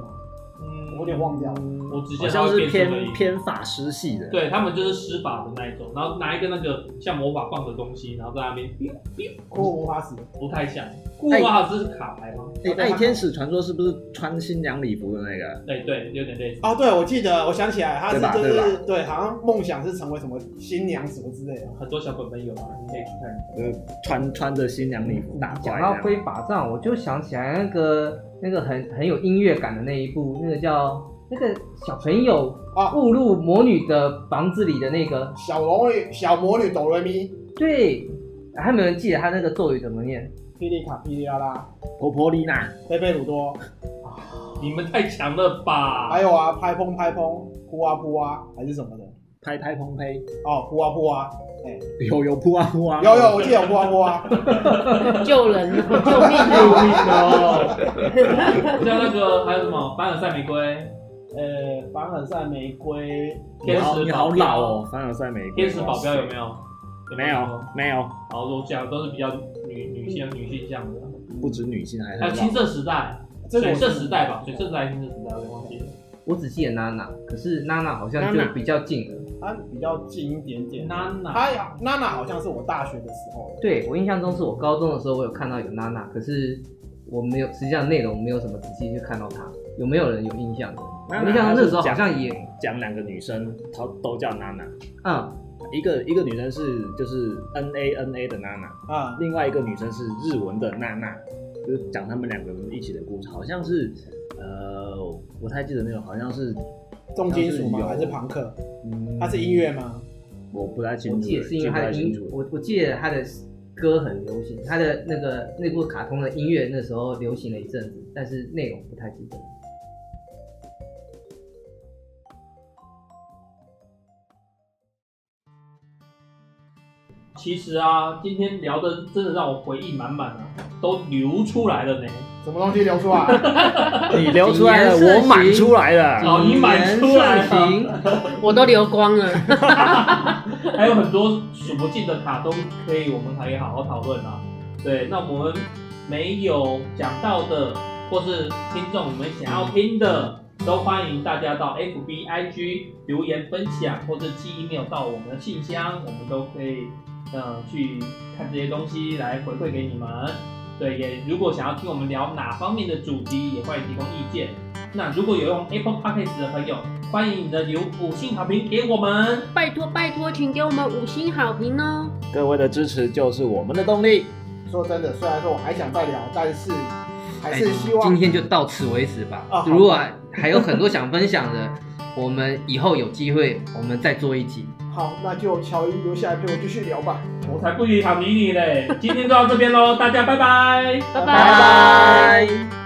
Speaker 1: 嗯
Speaker 2: 我有点忘掉
Speaker 3: 嗯
Speaker 2: 了。
Speaker 1: 我直
Speaker 3: 好
Speaker 1: 接它
Speaker 3: 像
Speaker 1: 会
Speaker 3: 是
Speaker 1: 变成了
Speaker 3: 偏
Speaker 1: 一
Speaker 3: 偏法师系的，，哎
Speaker 1: 对他们就是施法的那一种，然后拿一个那个像魔法棒的东西，然后在那边哔哔
Speaker 2: 骷髅无法使，
Speaker 1: 不太像。库瓦兹是卡牌吗？
Speaker 3: 哎、爱天使传说是不是穿新娘礼服的那个？
Speaker 1: 对对，有点类似。
Speaker 2: 哦，对，我记得，我想起来，他是
Speaker 3: 对吧
Speaker 2: 就是
Speaker 3: 对
Speaker 2: 对好像梦想是成为什么新娘什么之类的。
Speaker 1: 很多小本本有啊，你可以去看一下。
Speaker 3: 就是呃穿穿着新娘礼服打怪啊
Speaker 4: 讲
Speaker 3: 这
Speaker 4: 到
Speaker 3: 样
Speaker 4: 挥法杖，我就想起来那个那个很很有音乐感的那一部，那个叫那个小朋友
Speaker 3: 啊
Speaker 2: 哦
Speaker 4: 误入魔女的房子里的那个，
Speaker 2: 小龙女、小魔女哆瑞咪、
Speaker 4: 对，还没有人记得他那个咒语怎么念。
Speaker 2: 霹雳卡、霹雳拉拉、
Speaker 3: 婆婆丽娜，
Speaker 2: 贝贝鲁多，
Speaker 1: 你们太强了吧！
Speaker 2: 还有啊，拍砰拍砰，扑啊扑啊，还是什么的。
Speaker 3: 拍拍蓬佩，
Speaker 2: 哦，扑啊扑啊，
Speaker 3: 有有扑啊扑啊，
Speaker 2: 有有，我记得有扑啊扑
Speaker 3: (laughs)
Speaker 2: 啊。
Speaker 5: 救人啊，救命
Speaker 1: 救
Speaker 5: 啊！
Speaker 1: 命哦！像那个还有什么凡尔赛玫瑰、
Speaker 2: 呃，凡尔赛玫瑰，
Speaker 3: 你
Speaker 1: 天
Speaker 3: 好
Speaker 1: 使
Speaker 3: 你好
Speaker 1: 保
Speaker 3: 老
Speaker 1: 镖、
Speaker 3: 哦，凡尔赛玫瑰，
Speaker 1: 天使保镖有没有？
Speaker 3: 没有没有，
Speaker 1: 然后都讲都是比较女女性女性向的，
Speaker 3: 不止女性还
Speaker 1: 还有
Speaker 3: 很
Speaker 1: 青
Speaker 3: 老，
Speaker 1: 涩时代、
Speaker 2: 这个
Speaker 1: 水
Speaker 2: 我
Speaker 1: 色时代吧，水色时代、青涩时代，我也忘记了。
Speaker 4: 我只记得娜娜，可是娜娜好像
Speaker 3: 娜娜
Speaker 4: 就比较近了。
Speaker 2: 它比较近一点点。
Speaker 1: 娜娜，
Speaker 2: 它呀，娜娜好像是我大学的时候的。
Speaker 4: 对我印象中是我高中的时候我有看到有娜娜，可是我没有实际上内容没有什么仔细去看到她，有没有人有印象的？
Speaker 3: 娜
Speaker 4: 我
Speaker 3: 娜
Speaker 4: 印象中那时候
Speaker 3: 她
Speaker 4: 好
Speaker 3: 是
Speaker 4: 像也
Speaker 3: 讲两个女生，她都叫娜娜，
Speaker 4: 嗯
Speaker 3: 一个一个女生是就是 N A N A 的娜娜，
Speaker 2: 啊、
Speaker 3: 另外一个女生是日文的娜娜，就是讲他们两个人一起的故事，好像是呃，我不太记得那种，好像是
Speaker 2: 重金属吗？
Speaker 3: 好像
Speaker 2: 还
Speaker 3: 是
Speaker 2: 是
Speaker 3: 有
Speaker 2: 朋克？
Speaker 3: 嗯，
Speaker 2: 它是音乐吗？
Speaker 3: 我不太清
Speaker 4: 我
Speaker 3: 楚了，
Speaker 4: 记得是因为
Speaker 3: 不
Speaker 4: 他
Speaker 3: 太
Speaker 4: 的
Speaker 3: 清
Speaker 4: 音
Speaker 3: 楚，了。
Speaker 4: 我我记得他的歌很流行，他的那个那部卡通的音乐那时候流行了一阵子，但是内容不太记得。
Speaker 1: 其实啊，今天聊的真的让我回忆满满啊，都流出来了呢。
Speaker 3: 嗯
Speaker 2: 什么东西流出来？
Speaker 3: 你流出
Speaker 4: (laughs)
Speaker 3: 来了，
Speaker 4: 谨言慎
Speaker 3: 我
Speaker 4: 行
Speaker 3: 满出来了。
Speaker 1: 哦你买出来了
Speaker 4: 谨言慎行
Speaker 5: 我都流光了。
Speaker 1: 还有很多数不尽的卡通，可以我们可以好好讨论啊。对，那我们没有讲到的，或是听众你们想要听的，都欢迎大家到 FB、IG 留言分享，或者寄 email 到我们的信箱，我们都可以呃去看这些东西来回馈给你们。对，也如果想要听我们聊哪方面的主题，也欢迎提供意见。那如果有用 Apple Podcast 的朋友，欢迎你的留五星好评给我们。
Speaker 5: 拜托拜托，请给我们五星好评哦。
Speaker 3: 各位的支持就是我们的动力。
Speaker 2: 说真的，虽然说我还想再聊，但是还是希望
Speaker 4: 哎今天就到此为止吧。
Speaker 2: 啊好
Speaker 4: 如果还有很多想分享的，我们以后有机会我们再做一集。
Speaker 2: 好，那就乔伊留下来陪我继续聊吧。
Speaker 1: 我才不理想理你嘞！今天就到这边喽，大家拜拜。
Speaker 5: 拜
Speaker 2: 拜
Speaker 5: 拜
Speaker 2: 拜。